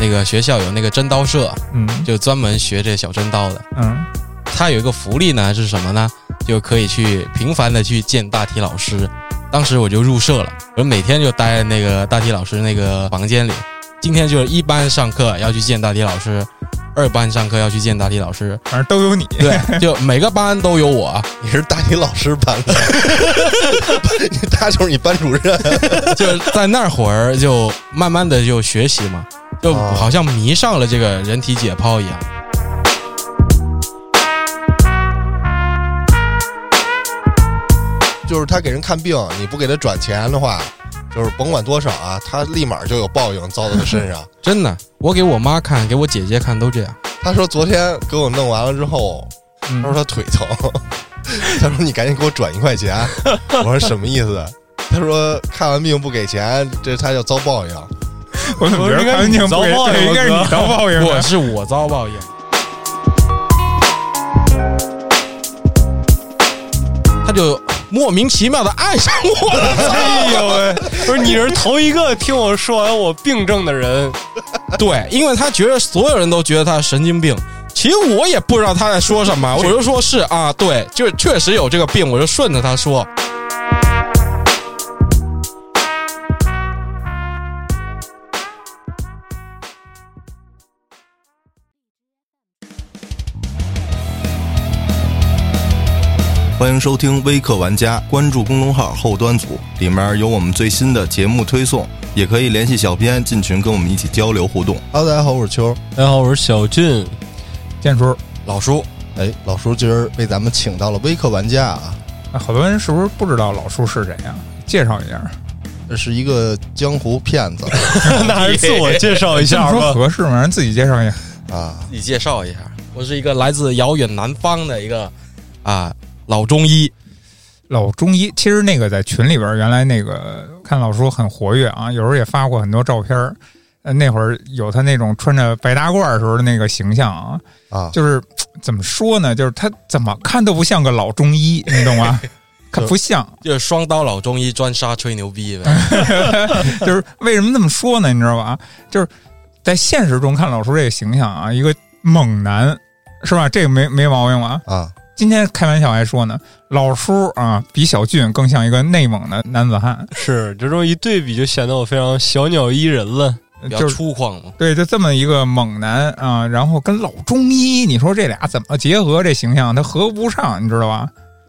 那个学校有那个真刀社，嗯就专门学这小真刀的。嗯它有一个福利呢是什么呢？就可以去频繁的去见大体老师。当时我就入社了，我每天就待在那个大体老师那个房间里。今天就是一班上课要去见大体老师，二班上课要去见大体老师，反正都有你。对，就每个班都有我，你是大体老师班 的，他就是你班主任。就是在那会儿就慢慢的就学习嘛，就哦好像迷上了这个人体解剖一样。就是他给人看病，你不给他转钱的话，就是甭管多少啊，他立马就有报应遭到他身 上。真的，我给我妈看，给我姐姐看都这样。他说昨天给我弄完了之后，嗯他说他腿疼， 他说你赶紧给我转一块钱。我说什么意思？他说看完病不给钱，这他叫遭报应。我怎么觉得看完镜不给，对应该是你遭报应我了。是我遭报应。他就莫名其妙的爱上 我了， 哎呦喂！不是，你是头一个听我说完我病症的人。对，因为他觉得所有人都觉得他神经病，其实我也不知道他在说什么，我就说是啊，对，就确实有这个病，我就顺着他说。欢迎收听微客玩家，关注公众号后端组，里面有我们最新的节目推送，也可以联系小编进群跟我们一起交流互动。Hello，大家好，我是秋儿。大家好，我是小俊。建叔，老叔，哎，老叔今儿为咱们请到了微客玩家啊，啊好多人是不是不知道老叔是谁啊？介绍一下，这是一个江湖骗子那还是自 我介哦绍一这下么说吧。合适吗？让自己介绍一下。啊，你介绍一下，我是一个来自遥远南方的一个啊老中医，老中医，其实那个在群里边儿，原来那个看老叔很活跃啊，有时候也发过很多照片儿。呃，那会儿有他那种穿着白大褂儿时候的那个形象啊，啊就是怎么说呢？就是他怎么看都不像个老中医，你懂吗？看不像，就是双刀老中医专杀吹牛逼呗。 就是为什么那么说呢？你知道吧？就是在现实中看老叔这个形象啊，一个猛男是吧？这个没没毛病吧？啊，今天开玩笑还说呢，老叔啊比小俊更像一个内蒙的男子汉，是，这种一对比就显得我非常小鸟依人了。比较就是粗犷嘛。对，就这么一个猛男啊，然后跟老中医，你说这俩怎么结合？这形象他合不上，你知道吧？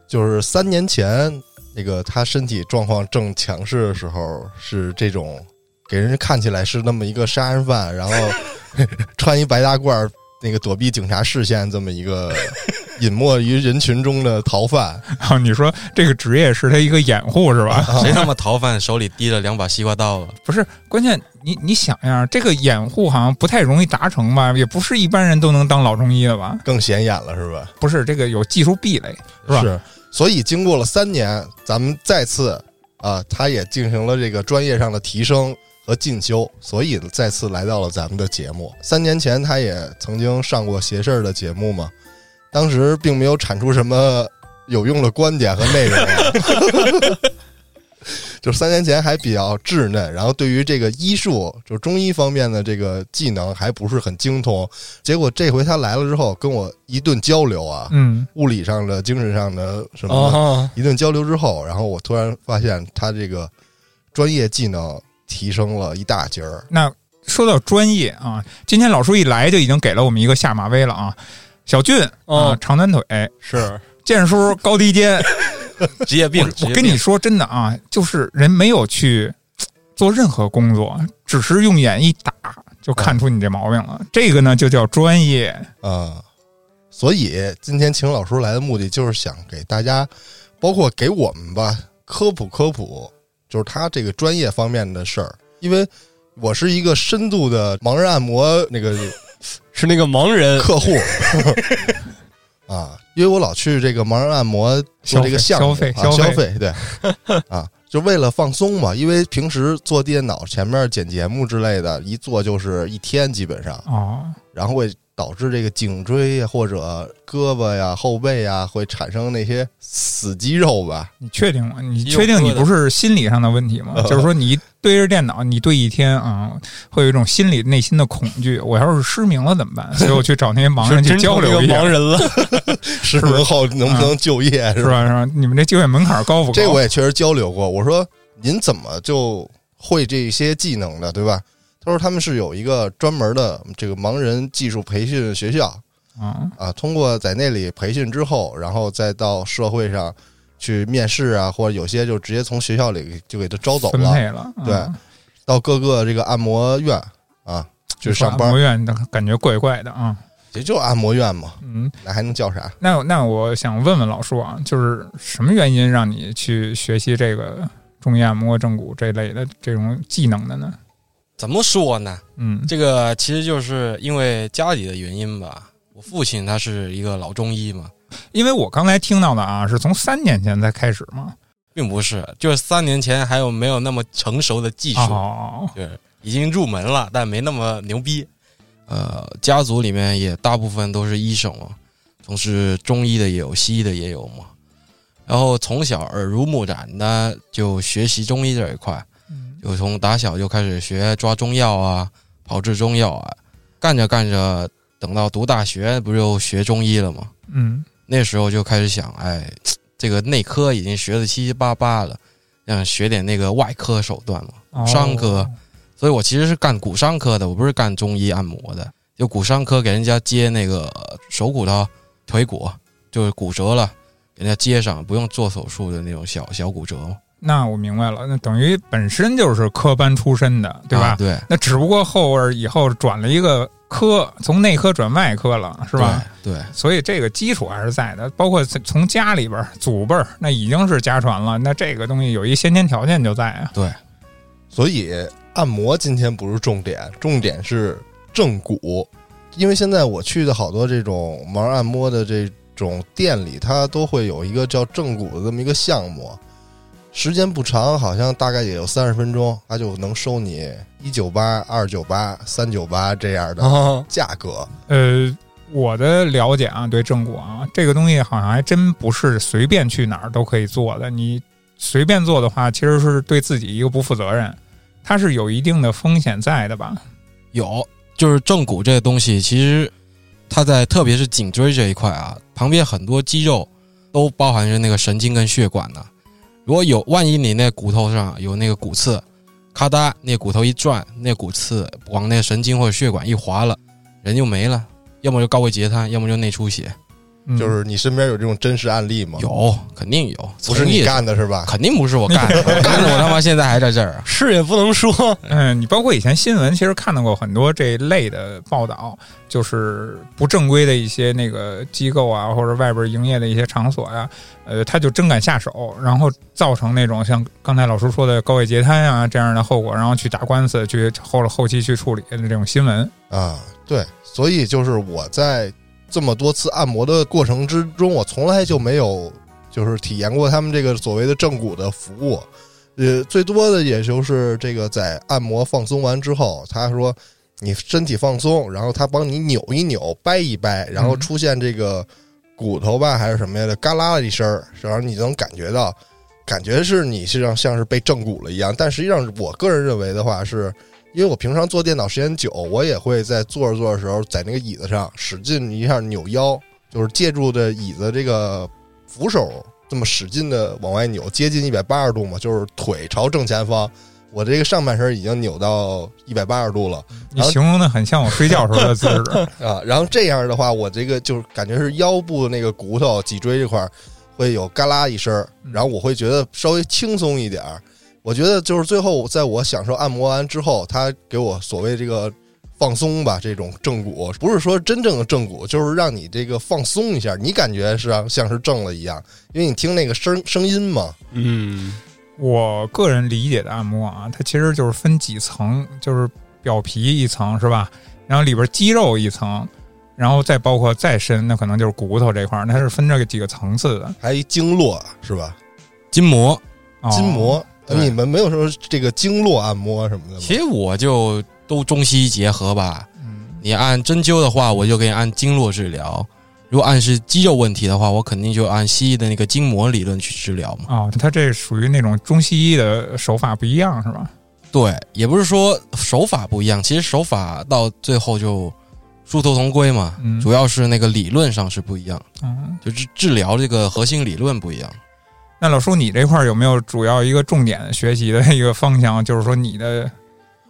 就是三年前那个他身体状况正强势的时候，是这种给人看起来是那么一个杀人犯，然后穿一白大褂儿，那个躲避警察视线这么一个隐没于人群中的逃犯。然后你说这个职业是他一个掩护是吧？谁他妈逃犯手里提着两把西瓜刀 啊？不是，关键你你想一下，这个掩护好像不太容易达成吧？也不是一般人都能当老中医的吧？更显眼了，是吧？不是，这个有技术壁垒，是吧？是，所以经过了三年，咱们再次啊，他也进行了这个专业上的提升和进修，所以再次来到了咱们的节目。三年前，他也曾经上过邪事儿的节目嘛，当时并没有产出什么有用的观点和内容啊。 就是三年前还比较稚嫩，然后对于这个医术，就是中医方面的这个技能还不是很精通。结果这回他来了之后，跟我一顿交流啊，嗯，物理上的、精神上的什么的哦，一顿交流之后，然后我突然发现他这个专业技能提升了一大截儿。那说到专业啊，今天老叔一来就已经给了我们一个下马威了啊。小俊啊哦，长短腿，是健叔高低肩，职业 病，我职业跟病你说真的啊，就是人没有去嘖做任何工作，只是用眼一打就看出你这毛病了。这个呢就叫专业。啊！所以今天请老叔来的目的就是想给大家，包括给我们吧，科普科普，就是他这个专业方面的事儿。因为我是一个深度的盲人按摩那个是那个盲人，客户 啊，因为我老去这个盲人按摩做这个项目消费啊消费消费对 啊，就为了放松嘛，因为平时坐电脑前面剪节目之类的，一坐就是一天基本上，哦，然后会导致这个颈椎呀或者胳膊呀、后背呀会产生那些死肌肉 吧？你确定吗？你有确定你疙瘩不是心理上的问 题吗？就是说，你一对着电脑，你对一天啊，会有一种心理内心的恐惧。我要是失明了怎么 办？所以我去找那些盲人去真交成流一一个盲下，人了。失明后能不能就业、是是吧？吧？是吧？你们这就业门槛高不高？这我也确实交流过，我说您怎么就会这些技能的，对吧？他说他们是有一个专门的这个盲人技术培训学校，啊，啊，通过在那里培训之后，然后再到社会上去面试啊，或者有些就直接从学校里就给他招走分了，配了，对嗯到各个这个按摩院啊去上按班摩，院的感觉怪怪的啊。也就按摩院嘛，嗯，那还能叫啥？那那我想问问老叔啊，就是什么原因让你去学习这个中医按摩、正骨这类的这种技能的呢？怎么说呢？嗯这个其实就是因为家里的原因吧。我父亲他是一个老中医嘛，因为我刚才听到的啊，是从三年前才开始嘛。并不是，就是三年前还有没有那么成熟的技术，哦，就是已经入门了，但没那么牛逼。呃，家族里面也大部分都是医生嘛，从事中医的也有，西医的也有嘛。然后从小耳濡目染呢，就学习中医这一块，嗯就从打小就开始学抓中药啊，炮制中药啊，干着干着，等到读大学不就学中医了吗？嗯，那时候就开始想，哎，这个内科已经学的七七八八了，想学点那个外科手段嘛。哦伤科，所以我其实是干骨伤科的，我不是干中医按摩的。就骨伤科给人家接那个呃手骨头、腿骨，就是骨折了，给人家接上，不用做手术的那种小小骨折嘛，那我明白了，那等于本身就是科班出身的，对吧？啊对，那只不过后边以后转了一个科，从内科转外科了，是吧？对？对，所以这个基础还是在的，包括从从家里边儿祖辈儿，那已经是家传了，那这个东西有一先天条件就在啊。所以按摩今天不是重点，重点是正骨，因为现在我去的好多这种盲按摩的这种店里，它都会有一个叫正骨的这么一个项目，时间不长，好像大概也有三十分钟，它就能收你一九八、二九八、三九八这样的啊，价格。呃，我的了解啊，对正骨啊，这个东西好像还真不是随便去哪儿都可以做的。你随便做的话，其实是对自己一个不负责任，它是有一定的风险在的吧？有就是正骨这个东西，其实它在特别是颈椎这一块啊，旁边很多肌肉都包含着那个神经跟血管呢、如果有万一你那骨头上有那个骨刺，咔嗒，那骨头一转，那骨刺往那神经或者血管一划了，人就没了，要么就高位截瘫，要么就内出血。嗯、就是你身边有这种真实案例吗？，有，肯定有，不是从你业者，干的是吧？肯定不是我干的，我干的我他妈现在还在这儿啊。是也不能说，嗯，你包括以前新闻，其实看到过很多这一类的报道，就是不正规的一些那个机构啊，或者外边营业的一些场所呀、呃，他就真敢下手，然后造成那种像刚才老叔说的高位截瘫啊这样的后果，然后去打官司，去后后期去处理的这种新闻。啊，对，所以就是我在这么多次按摩的过程之中，我从来就没有就是体验过他们这个所谓的正骨的服务，呃，最多的也就是这个在按摩放松完之后，他说你身体放松，然后他帮你扭一扭、掰一掰，然后嗯出现这个骨头吧还是什么呀的，嘎啦一声儿，然后你能感觉到。感觉是你是像像是被正骨了一样，但实际上我个人认为的话是，因为我平常坐电脑时间久，我也会在坐着坐着的时候，在那个椅子上使劲一下扭腰，就是借助着椅子这个扶手这么使劲的往外扭，接近一百八十度嘛，就是腿朝正前方，我这个上半身已经扭到一百八十度了你形容的很像我睡觉时候的姿势。啊。然后这样的话，我这个就是感觉是腰部那个骨头、脊椎这块儿会有嘎啦一声儿，然后我会觉得稍微轻松一点儿。我觉得就是最后在我享受按摩完之后，他给我所谓这个放松吧，这种正骨不是说真正的正骨，就是让你这个放松一下，你感觉是啊像是正了一样，因为你听那个声声音嘛，嗯，我个人理解的按摩啊，它其实就是分几层，就是表皮一层是吧？然后里边肌肉一层，然后再包括再深，那可能就是骨头这块儿，那它是分这个几个层次的。还一经络是吧？筋膜，哦、筋膜，对你们没有说这个经络按摩什么的吗？其实我就都中西医结合吧，嗯，你按针灸的话，我就给你按经络治疗；如果按是肌肉问题的话，我肯定就按西医的那个筋膜理论去治疗嘛。哦，他这属于那种中西医的手法不一样是吧？对，也不是说手法不一样，其实手法到最后就殊途同归嘛，嗯主要是那个理论上是不一样，嗯，就是治疗这个核心理论不一样。那老叔，你这块儿有没有主要一个重点学习的一个方向？就是说你的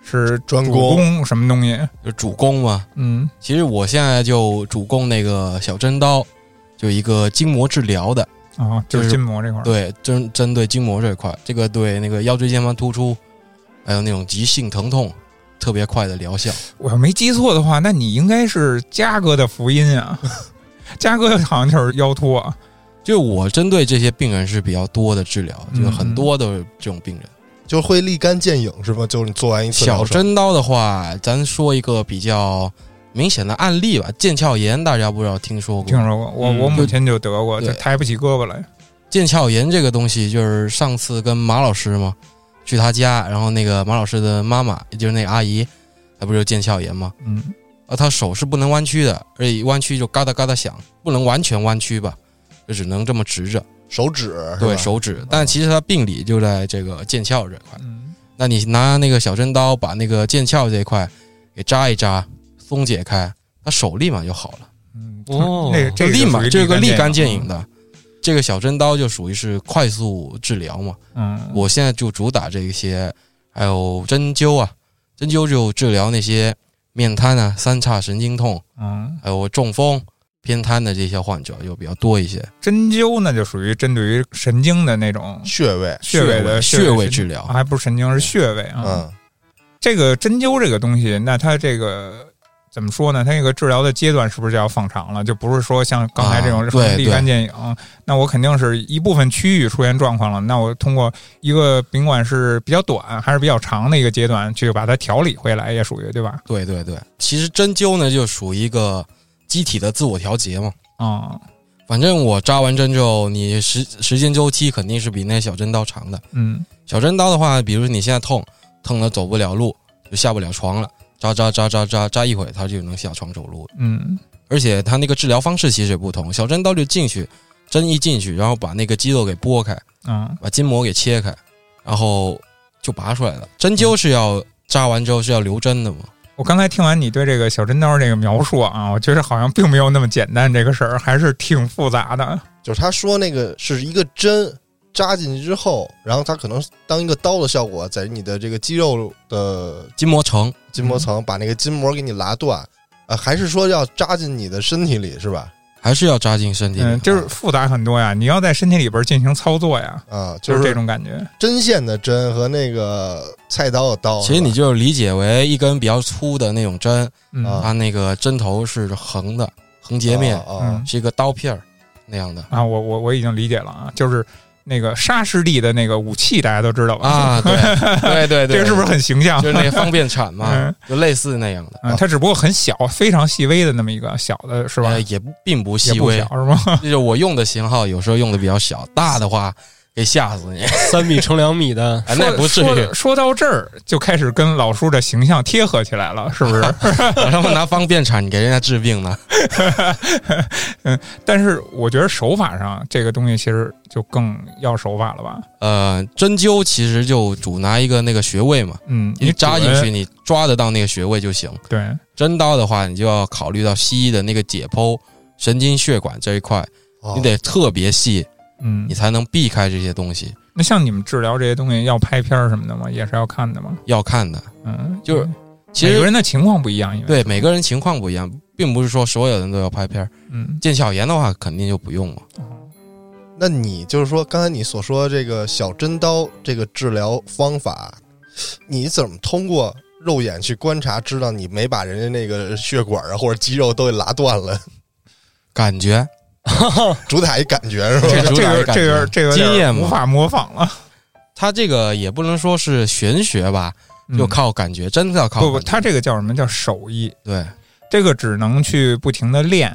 是专主攻攻什么东西？就主攻嘛，嗯，其实我现在就主攻那个小针刀，就一个筋膜治疗的，哦，就就是是筋膜这块儿。对，针针对筋膜这一块，这个对那个腰椎间盘突出，还有那种急性疼痛，特别快的疗效。我要没记错的话，那你应该是嘉哥的福音 啊！嘉哥好像就是腰突啊。就我针对这些病人是比较多的治疗，嗯就很多的这种病人。就会立竿见影是吗？就是你做完一次小疗程针刀的话，咱说一个比较明显的案例吧，腱鞘炎大家不知道听说听过？说过，我、嗯我母亲就得过，对就抬不起胳膊来。腱鞘炎这个东西，就是上次跟马老师嘛，去他家，然后那个马老师的妈妈，也就是那个阿姨，她不是有腱鞘炎吗？嗯，啊，他手是不能弯曲的，而且一弯曲就嘎哒嘎哒响，不能完全弯曲吧，就只能这么直着，手指是吧对手指。但其实他病理就在这个腱鞘这块，嗯，那你拿那个小针刀把那个腱鞘这一块给扎一扎，松解开，他手立马就好了，嗯，哦那个这个立马这个立竿见影影。的。这个小针刀就属于是快速治疗嘛，嗯，我现在就主打这些，还有针灸啊，针灸就治疗那些面瘫啊、三叉神经痛。嗯，还有中风、偏瘫的这些患者就比较多一些。针灸呢就属于针对于神经的那种穴位，穴位的穴位神治疗啊还不是神经是穴位啊。嗯，这个针灸这个东西，那它这个怎么说呢？它这个治疗的阶段是不是就要放长了？就不是说像刚才这种啊什么对立竿见影。那我肯定是一部分区域出现状况了，那我通过一个甭管是比较短还是比较长的一个阶段去把它调理回来，也属于对吧？对对对，其实针灸呢就属于一个机体的自我调节嘛。啊、反正我扎完针之后，你时时间周期肯定是比那小针刀长的。嗯，小针刀的话，比如你现在痛，痛的走不了路，就下不了床了，扎扎扎扎扎扎一会儿，它就能下床走路。嗯而且它那个治疗方式其实也不同，小针刀就进去，针一进去，然后把那个肌肉给拨开，嗯把筋膜给切开，然后就拔出来了。针灸是要扎完之后是要留针的嘛？我刚才听完你对这个小针刀这个描述啊，我觉得好像并没有那么简单，这个事儿还是挺复杂的。就是他说那个是一个针扎进去之后，然后它可能当一个刀的效果，在你的这个肌肉的筋膜层，筋膜层把那个筋膜给你拉断，呃，还是说要扎进你的身体里是吧？还是要扎进身体里？嗯，就是复杂很多呀，你要在身体里边进行操作呀，啊，就就是这是种感觉。针线的针和那个菜刀的刀，其实你是吧就理解为一根比较粗的那种针，嗯啊它那个针头是横的，横截面、啊啊嗯是一个刀片儿那样 的啊，我我我已经理解了啊，就是那个沙师弟的那个武器，大家都知道吧？啊，对对对对， 这个是不是很形象？就是那个方便铲嘛，嗯就类似那样的，嗯，它只不过很小，非常细微的那么一个小的，是吧？呃也不并不也细不微小，是吗？就是我用的型号有时候用的比较小，大的话给吓死你，，三米乘两米的哎 那不至说于说。说到这儿，就开始跟老叔的形象贴合起来了，是不 是？然后拿方便铲给人家治病呢？但是我觉得手法上这个东西其实就更要手法了吧？呃，针灸其实就主拿一个那个穴位嘛，嗯，你扎进准去，，你抓得到那个穴位就行。对，针刀的话，你就要考虑到西医的那个解剖神经血管这一块，哦你得特别细，嗯你，才能避开这些东西。那像你们治疗这些东西要拍片儿什么的吗？也是要看的吗？要看的，嗯，就是其每个实人的情况不一样，因为对每个人情况不一样，并不是说所有人都要拍片儿。嗯腱鞘炎的话，肯定就不用了。那你就是说，刚才你所说这个小针刀这个治疗方法，你怎么通过肉眼去观察，知道你没把人家那个血管啊或者肌肉都给拉断了？感觉主打一感觉是 吧？这个主这打个一感这个觉这个有经点验无嘛，法模仿了，它这个也不能说是玄学吧，嗯就靠感觉，真的要靠不不，感觉他这个叫什么叫手艺？对这个只能去不停的练，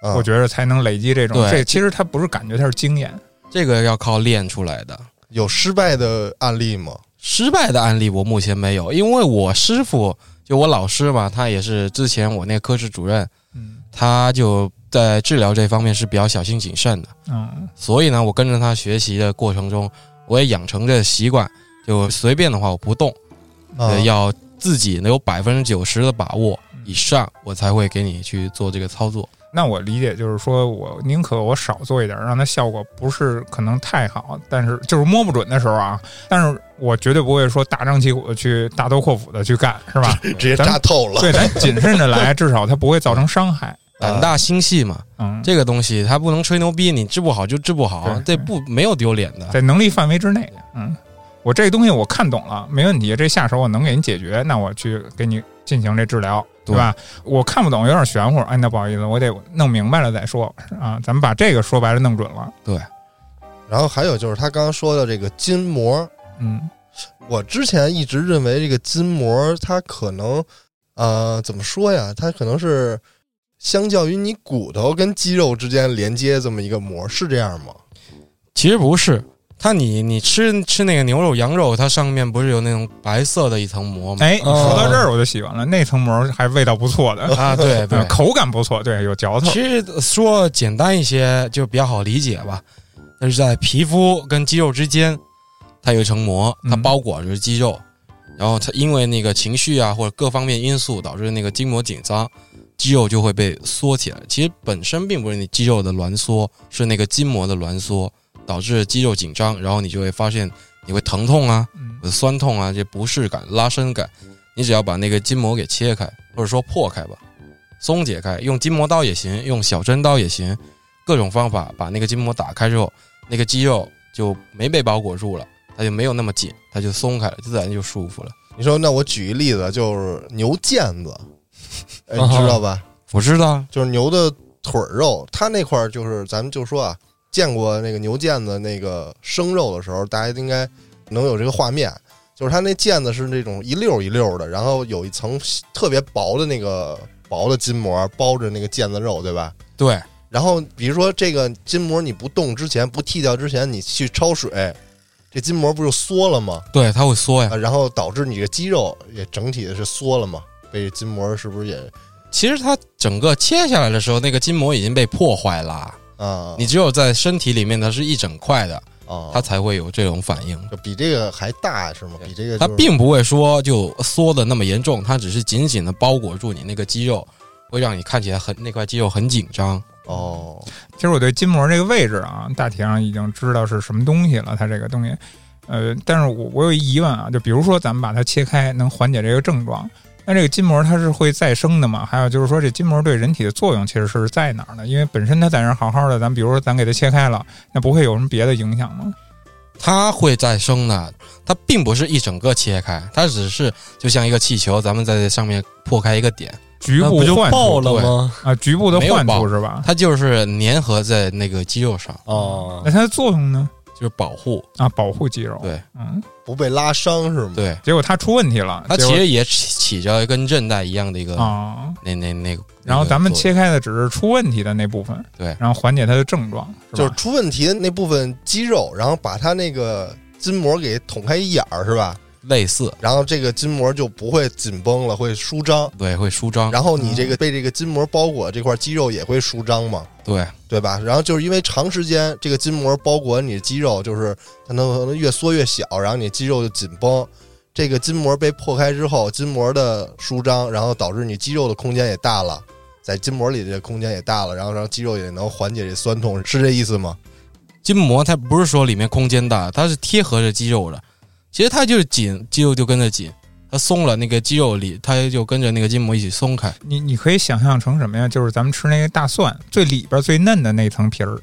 啊我觉得才能累积这种。对这其实它不是感觉，它是经验。这个要靠练出来的。有失败的案例吗？失败的案例我目前没有，因为我师傅就我老师嘛，他也是之前我那个科室主任，嗯他就在治疗这方面是比较小心谨慎的。嗯所以呢，我跟着他学习的过程中，我也养成这习惯，就随便的话我不动，啊呃，要自己能有百分之九十的把握以上，我才会给你去做这个操作。那我理解就是说，我宁可我少做一点，让它效果不是可能太好，但是就是摸不准的时候啊，但是我绝对不会说大张旗鼓的去大刀阔斧的去干，是 吧？直接扎透了。对，咱谨慎着来，至少它不会造成伤害。啊胆大心细嘛，嗯，这个东西它不能吹牛逼，你治不好就治不好，这对不没有丢脸的。在能力范围之内。嗯，我这东西我看懂了，没问题，这下手我能给你解决，那我去给你进行这治疗，对吧？我看不懂，有点玄乎，哎，那不好意思，我得弄明白了再说啊。咱们把这个说白了弄准了，然啊后还有就是他刚刚说的这个筋膜，嗯我之前一直认为这个筋膜它可能，呃，怎么说呀？它可能是呃相较于你骨头跟肌肉之间连接这么一个膜，是这样吗？其实不是，它你你吃吃那个牛肉、羊肉，它上面不是有那种白色的一层膜吗？哎，你说到这儿我就喜欢了，那层膜还味道不错的，啊，对 对呃，口感不错，对，有嚼头其，实说简单一些就比较好理解吧，就是在皮肤跟肌肉之间，它有一层膜，它嗯包裹着肌肉，然后它因为那个情绪啊或者各方面因素导致那个筋膜紧张，肌肉就会被缩起来。其实本身并不是你肌肉的挛缩，是那个筋膜的挛缩导致肌肉紧张，然后你就会发现你会疼痛啊、嗯酸痛啊、这不适感、拉伸感。你只要把那个筋膜给切开，或者说破开吧，松解开，用筋膜刀也行，用小针刀也行，各种方法把那个筋膜打开之后，那个肌肉就没被包裹住了，它就没有那么紧，它就松开了，自然就舒服了。你说，那我举一例子，就是牛腱子，哎，你啊哈知道吧？我知道，就是牛的腿儿肉，它那块儿就是咱们就说啊，见过那个牛腱子那个生肉的时候，大家应该能有这个画面，就是它那腱子是那种一溜儿一溜儿的，然后有一层特别薄的那个薄的筋膜包着那个腱子肉，对吧？对，然后比如说这个筋膜你不动之前，不剃掉之前，你去焯水，这筋膜不就缩了吗？对，它会缩呀啊，。然后导致你的肌肉也整体的是缩了嘛，被筋膜是不是也其实它整个切下来的时候，那个筋膜已经被破坏了，啊？你只有在身体里面它是一整块的，啊，它才会有这种反应。就比这个还大是吗？比这个它就是并不会说就缩的那么严重，它只是紧紧的包裹住你那个肌肉，会让你看起来很那块肌肉很紧张。哦，其实我对筋膜这个位置啊，大体上已经知道是什么东西了。它这个东西，呃，但是我我有一疑问啊，就比如说咱们把它切开，能缓解这个症状，那这个筋膜它是会再生的吗？还有就是说，这筋膜对人体的作用其实是在哪儿呢？因为本身它在那儿好好的，咱比如说咱给它切开了，那不会有什么别的影响吗？它会再生的，它并不是一整个切开，它只是就像一个气球，咱们在这上面破开一个点，局那部不就患爆处了吗？啊，局部的没有患爆处是吧？它就是粘合在那个肌肉上，哦那，它的作用呢？就是保护。啊，保护肌肉。对，嗯，不被拉伤是吗？，对，结果它出问题了，它结其果实也起起着跟韧带一样的一个、啊，那那那个。然后咱那们个作切开的只是出问题的那部分，对然后缓解它的症状，吧就是出问题的那部分肌肉，然后把它那个筋膜给捅开一眼儿是吧？用类似，然后这个筋膜就不会紧绷了，会舒张。对，会舒张，然后你这个被这个筋膜包裹这块肌肉也会舒张嘛，对，对吧？然后就是因为长时间这个筋膜包裹你的肌肉，就是它能可能越缩越小，然后你肌肉就紧绷。这个筋膜被破开之后，筋膜的舒张，然后导致你肌肉的空间也大了，在筋膜里的空间也大了，然后让肌肉也能缓解这酸痛，是这意思吗？筋膜它不是说里面空间大，它是贴合着肌肉的。其实它就是紧，肌肉就跟着紧；它松了，那个肌肉里它就跟着那个筋膜一起松开。你你可以想象成什么呀？就是咱们吃那个大蒜最里边最嫩的那层皮儿，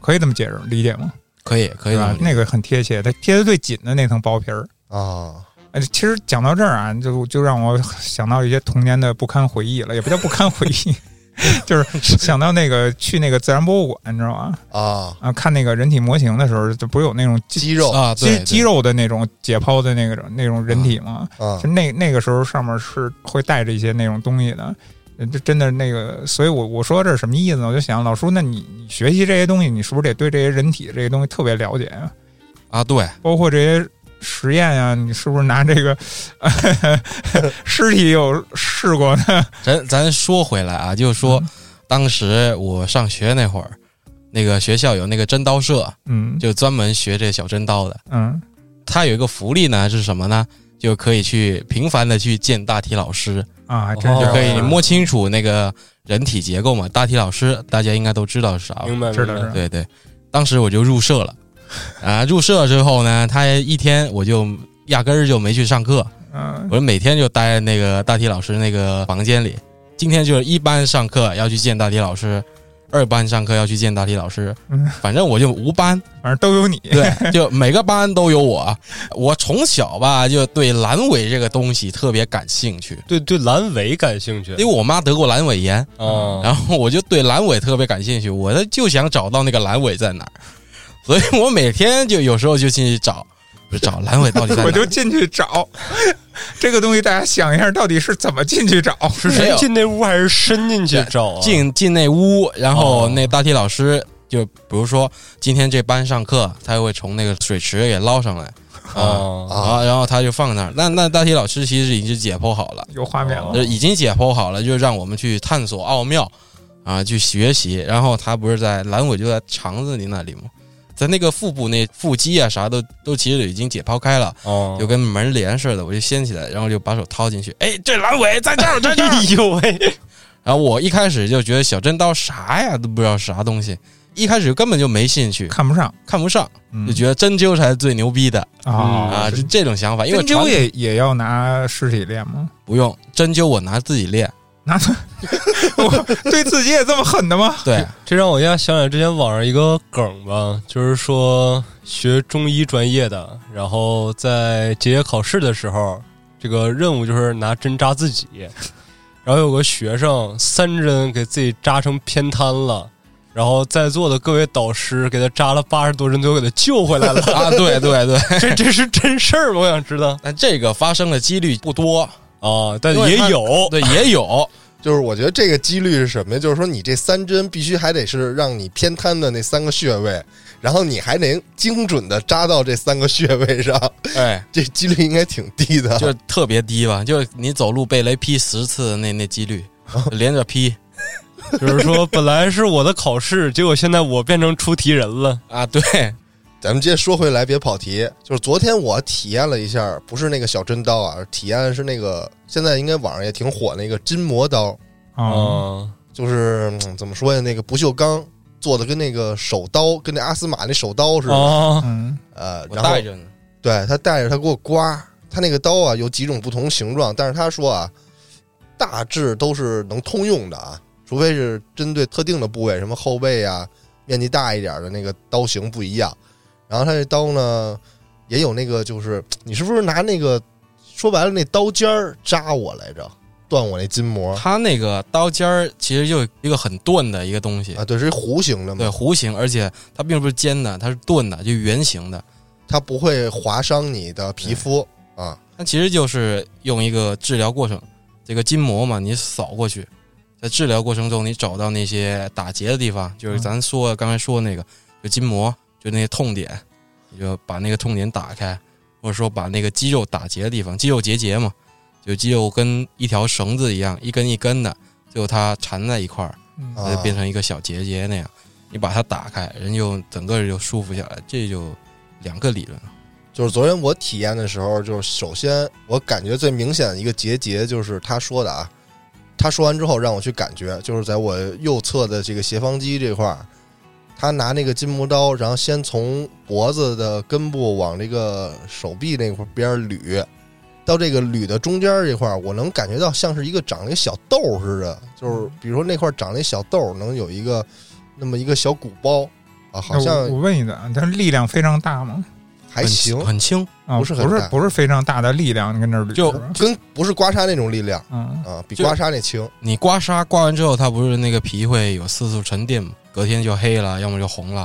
可以这么解释理解吗？可以，可以对这么吧理？解啊那个很贴切，它贴的最紧的那层薄皮儿。啊，哎，其实讲到这儿啊，就就让我想到一些童年的不堪回忆了，也不叫不堪回忆， 就是想到那个去那个自然博物馆，你知道吗？啊，啊，看那个人体模型的时候，就不是有那种肌肌肉啊，肌对，肌对肉的那种解剖的那个那种人体吗？啊就，那那个时候上面是会带着一些那种东西的，呃这真的那个，所以我我说这是什么意思呢？我就想，老叔，那你你学习这些东西，你是不是得对这些人体这些东西特别了解呀？啊，对，包括这些实验呀、你是不是拿这个 尸体有试过呢？咱咱说回来啊，就是说当时我上学那会儿，那个学校有那个真刀社，嗯，就专门学这小真刀的。嗯它有一个福利呢是什么呢？就可以去频繁的去见大体老师，啊，还真哦就可以哦摸清楚那个人体结构嘛。大体老师大家应该都知道是啥吧，明白，知道明白知对对，当时我就入社 了，啊，入社之后呢，他一天我就压根儿就没去上课，嗯我就每天就待在那个大体老师那个房间里。今天就是一班上课要去见大体老师，二班上课要去见大体老师，嗯，反正我就无 班，反正都有你，对，就每个班都有我。我从小吧就对阑尾这个东西特别感兴趣，对对，阑尾感兴趣因为哎我妈得过阑尾炎，啊，然后我就对阑尾特别感兴趣，我就想找到那个阑尾在哪儿，所以我每天就有时候就进去找，就找阑尾到底在哪我就儿。进去找 这个东西。大家想一下，到底是怎么进去找？是没谁有进那屋还是伸进去对找啊？进进那屋，然后哦那大体老师就比如说今天这班上课，他会从那个水池给捞上来啊啊，啊，然后他就放那儿。那那大体老师其实已经解剖好了， 有画面了哦就已经解剖好了，就让我们去探索奥妙啊，去学习。然后他不是在阑尾就在肠子里那里吗？在那个腹部那腹肌啊啥都都其实已经解剖开了，哦就跟门帘似的，我就掀起来，然后就把手掏进去，哎，这阑尾在这儿，在这儿 哎。呦喂，然后我一开始就觉得小针刀啥呀都不知道啥东西，一开始根本就没兴趣，看不上，看不上，嗯就觉得针灸才是最牛逼的嗯啊，啊就这种想法。因为针灸传也也要拿尸体练吗？ 不用针灸，我拿自己练。拿我对自己也这么狠 的吗？ 对，这让我一下想起来之前网上一个梗吧，就是说学中医专业的，然后在结业考试的时候，这个任务就是拿针扎自己，然后有个学生三针给自己扎成偏瘫了。然后在座的各位导师给他扎了八十多针，最后给他救回来了。啊，对对对， 这这是真事儿吗？我想知道但这个发生的几率不多，啊，但因为也他有对，也 有， 就是我觉得这个几率是什么呀？就是说你这三针必须还得是让你偏瘫的那三个穴位，然后你还能精准的扎到这三个穴位上，哎，这几率应该挺低的。就是特别低吧，就是你走路被雷劈十次的那那几 率，连着劈就是说，本来是我的考试，结果现在我变成出题人了。啊， 对，咱们接着说回来，别跑题。就是昨天我体验了一下，不是那个小针刀啊，体验的是那个现在应该网上也挺火那个筋膜刀，哦，嗯就是、嗯怎么说呀？那个不锈钢做的跟那个手刀，跟那阿斯玛那手刀似的。啊，嗯，呃，哦我然后带着呢，对他带着他给我刮，他那个刀啊有几种不同形状，但是他说啊，大致都是能通用的啊，除非是针对特定的部位，什么后背啊、面积大一点的那个刀型不一样。然后他这刀呢，也有那个就是你是不是拿那个说白了那刀尖儿扎我来着，断我那筋膜它那个刀尖儿其实就一个很钝的一个东西，啊？对，是一弧形的对，嘛，弧形，而且它并不是尖的，它是钝的，就圆形的。它不会划伤你的皮肤啊。它其实就是用一个治疗过程，这个筋膜嘛，你扫过去，在治疗过程中你找到那些打结的地方，嗯就是咱说刚才说那个，就筋膜，就那些痛点，你就把那个痛点打开，或者说把那个肌肉打结的地方，肌肉结节嘛，就肌肉跟一条绳子一样，一根一根的，最后它缠在一块儿。嗯啊它就变成一个小结节那样。你把它打开，人就整个人就舒服下来，这就两个理论了。就是昨天我体验的时候，就是首先我感觉最明显的一个结节就是他说的啊，他说完之后让我去感觉，就是在我右侧的这个斜方肌这块儿，他拿那个筋膜刀，然后先从脖子的根部往这个手臂那块儿边儿捋，到这个捋的中间儿这块儿，我能感觉到像是一个长了一个小痘儿似的，就是比如说那块儿长了一小痘儿，能有一个那么一个小鼓包啊，好那我像我问一个，它力量非常大吗？还行很，很轻，啊，不是很不是大不是非常大的力量，你跟这儿捋就是吧跟不是刮痧那种力量。嗯啊，比就刮痧那轻。你刮痧刮完之后，它不是那个皮会有色素沉淀嘛，隔天就黑了，要么就红了。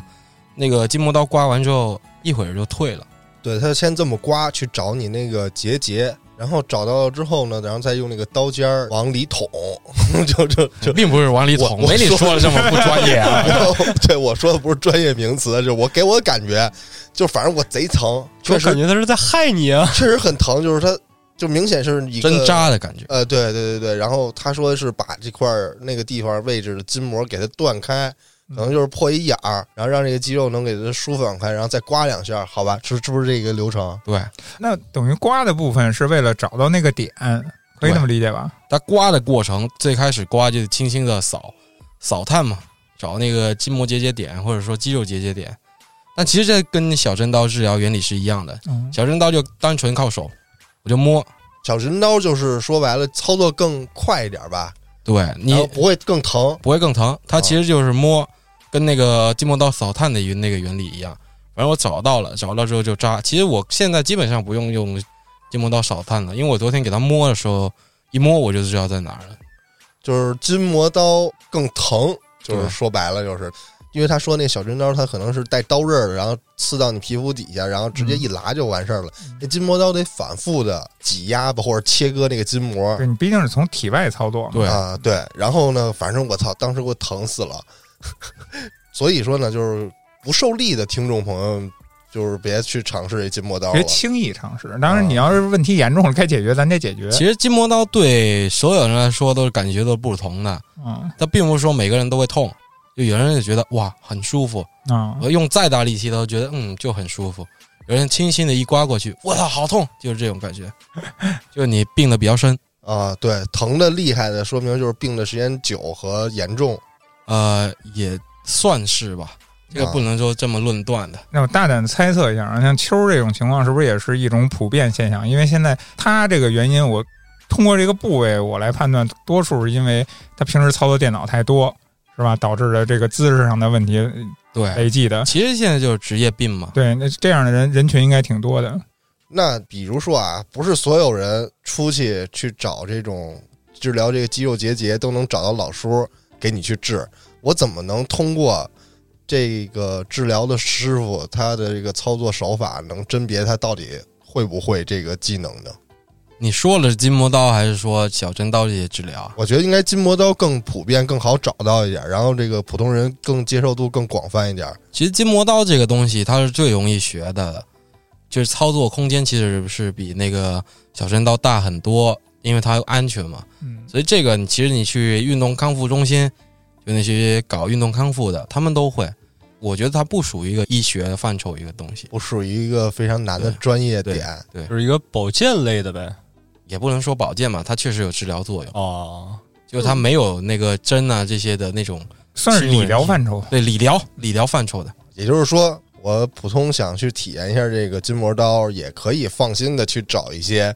那个筋膜刀刮完之后，一会儿就退了。对他先这么刮去找你那个结节然后找到之后呢，然后再用那个刀尖儿往里捅， 就就就并不是往里嗯捅，我没你我说说的这么不专业啊。 我对我说的不是专业名词，就是我给我的感觉，就反正我贼疼，确我实感觉他是在害你啊！确实很疼，就是它就明显是一个针扎的感觉，呃，对对对对，然后他说是把这块儿那个地方位置的筋膜给它断开，可能就是破一眼儿，然后让这个肌肉能给它舒缓开，然后再刮两下，好吧？是是不是这个流程？对，那等于刮的部分是为了找到那个点，可以这么理解吧？它刮的过程，最开始刮就轻轻的扫扫探嘛，找那个筋膜结节点或者说肌肉结节点。但其实这跟小针刀治疗原理是一样的，嗯，小针刀就单纯靠手，我就摸，小针刀就是说白了，操作更快一点吧，对你然后不会更疼。不会更疼。它其实就是摸，跟那个筋膜刀扫探的原那个原理一样。反正我找到了，找到之后就扎。其实我现在基本上不用用筋膜刀扫探了，因为我昨天给它摸的时候，一摸我就知道在哪儿了。就是筋膜刀更疼，就是对说白了就是。因为他说那小针刀，它可能是带刀刃儿，然后刺到你皮肤底下，然后嗯直接一拉就完事儿了。那筋膜刀得反复的挤压吧，或者切割那个筋膜。对你毕竟是从体外操作嘛，对，啊，对。然后呢，反正我操，当时给我疼死了。 所以说呢，就是不受力的听众朋友，就是别去尝试这筋膜刀了别。轻易尝试。当哦然，你要是问题严重了该解决，咱得解决。其实筋膜刀对所有人来说都是感觉都不同的，嗯它并不是说每个人都会痛，就有人就觉得哇很舒服，啊，我用再大力气都觉得嗯就很舒服，有人轻轻的一刮过去，我操好痛，就是这种感觉，就是你病的比较深，啊，对，疼的厉害的，说明就是病的时间久和严重。呃也算是吧，这个不能说这么论断的，那我大胆猜测一下啊，像秋儿这种情况，是不是也是一种普遍现象？因为现在他这个原因，我通过这个部位我来判断，多数是因为他平时操作电脑太多，是吧？导致的这个姿势上的问题对，累计的。其实现在就是职业病嘛，对，那这样的人人群应该挺多的。那比如说啊，不是所有人出去去找这种治疗这个肌肉结节都能找到老叔给你去治，我怎么能通过这个治疗的师傅他的这个操作手法能甄别他到底会不会这个技能呢？你说了是筋膜刀还是说小针刀这些治疗啊？我觉得应该筋膜刀更普遍、更好找到一点，然后这个普通人更接受度更广泛一点。其实筋膜刀这个东西，它是最容易学的，就是操作空间其实是比那个小针刀大很多，因为它安全嘛。嗯，所以这个你其实你去运动康复中心，就那些搞运动康复的，他们都会。我觉得它不属于一个医学的范畴一个东西，不属于一个非常难的对专业对点。就是一个保健类的呗。也不能说保健嘛，它确实有治疗作用，哦，就是它没有那个针啊这些的那种算是理疗范畴吧。对理疗理疗范畴的。也就是说，我普通想去体验一下这个筋膜刀，也可以放心的去找一些，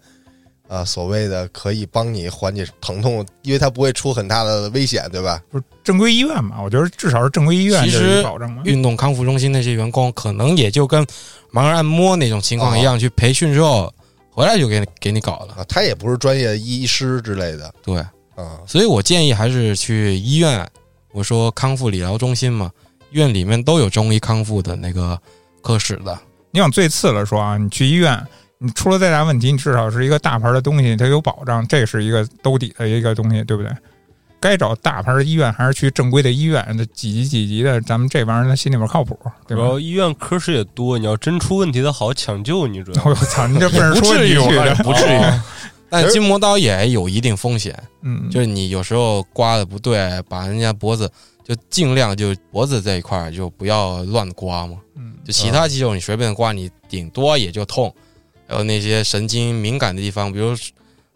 呃，所谓的可以帮你缓解疼痛，因为它不会出很大的危险，对吧？不是正规医院嘛？我觉得至少是正规医院其就实是一保证嗯嘛。运动康复中心那些员工，可能也就跟盲人按摩那种情况一样，去培训之后回来就给你给你搞了。啊，他也不是专业医师之类的对，啊。所以我建议还是去医院，我说康复理疗中心嘛，医院里面都有中医康复的那个科室的。你往最次了说啊，你去医院，你出了再大问题，你至少是一个大牌的东西，它有保障，这是一个兜底的一个东西，对不对？该找大牌的医院还是去正规的医院，这几级几级的，咱们这玩意儿它心里边靠谱，对主哦吧？要医院科室也多，你要真出问题的好抢救，你主要我操，你 这不是不说至你于，我去感觉的，不至于。哦但其实筋膜刀也有一定风险，嗯，就是你有时候刮的不对，把人家脖子就尽量就脖子这一块儿就不要乱刮嘛。嗯就其他肌肉你随便刮，你顶多也就痛。还有那些神经敏感的地方，比如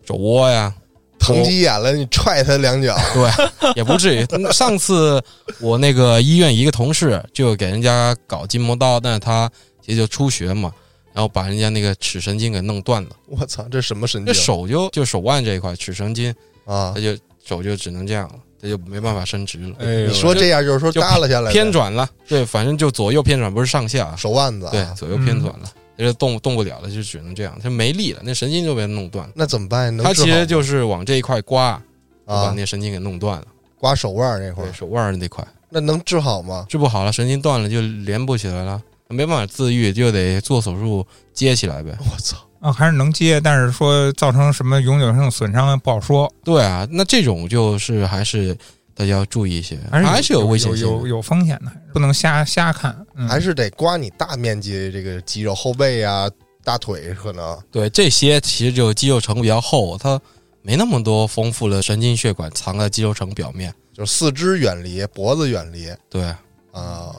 肘窝 呀，疼急眼了，你踹他两脚， 对，也不至于。嗯上次我那个医院一个同事就给人家搞筋膜刀，但是他其实就出血嘛，然后把人家那个尺神经给弄断了，哎我操，这什么神这经手哎就就手腕这一块尺神经，啊他？就手就只能这样了，他就没办法伸直了，哎呦你说这样就是说就耷拉下来呗，偏转了。对，反正就左右偏转，不是上下啊，手腕子、啊，对，左右嗯偏转了，他就动动不了了，就只能这样，他没力了，那神经就被弄断了。那怎么办？能他治其好实吗就是往这一块刮，就把啊，那神经给弄断了，刮手腕儿那块对儿，手腕儿那块那能治好吗？治不好了，神经断了就连不起来了，没办法自愈，就得做手术接起来呗。我操！啊，还是能接，但是说造成什么永久性损伤不好说，对啊，那这种就是还是大家要注意一些，还是还是有危险有性有的。有风险的，不能瞎瞎看。嗯、还是得刮你大面积这个肌肉，后背啊、大腿可能。对，这些其实就肌肉层比较厚，它没那么多丰富的神经血管藏在肌肉层表面。就是四肢远离，脖子远离对，嗯啊，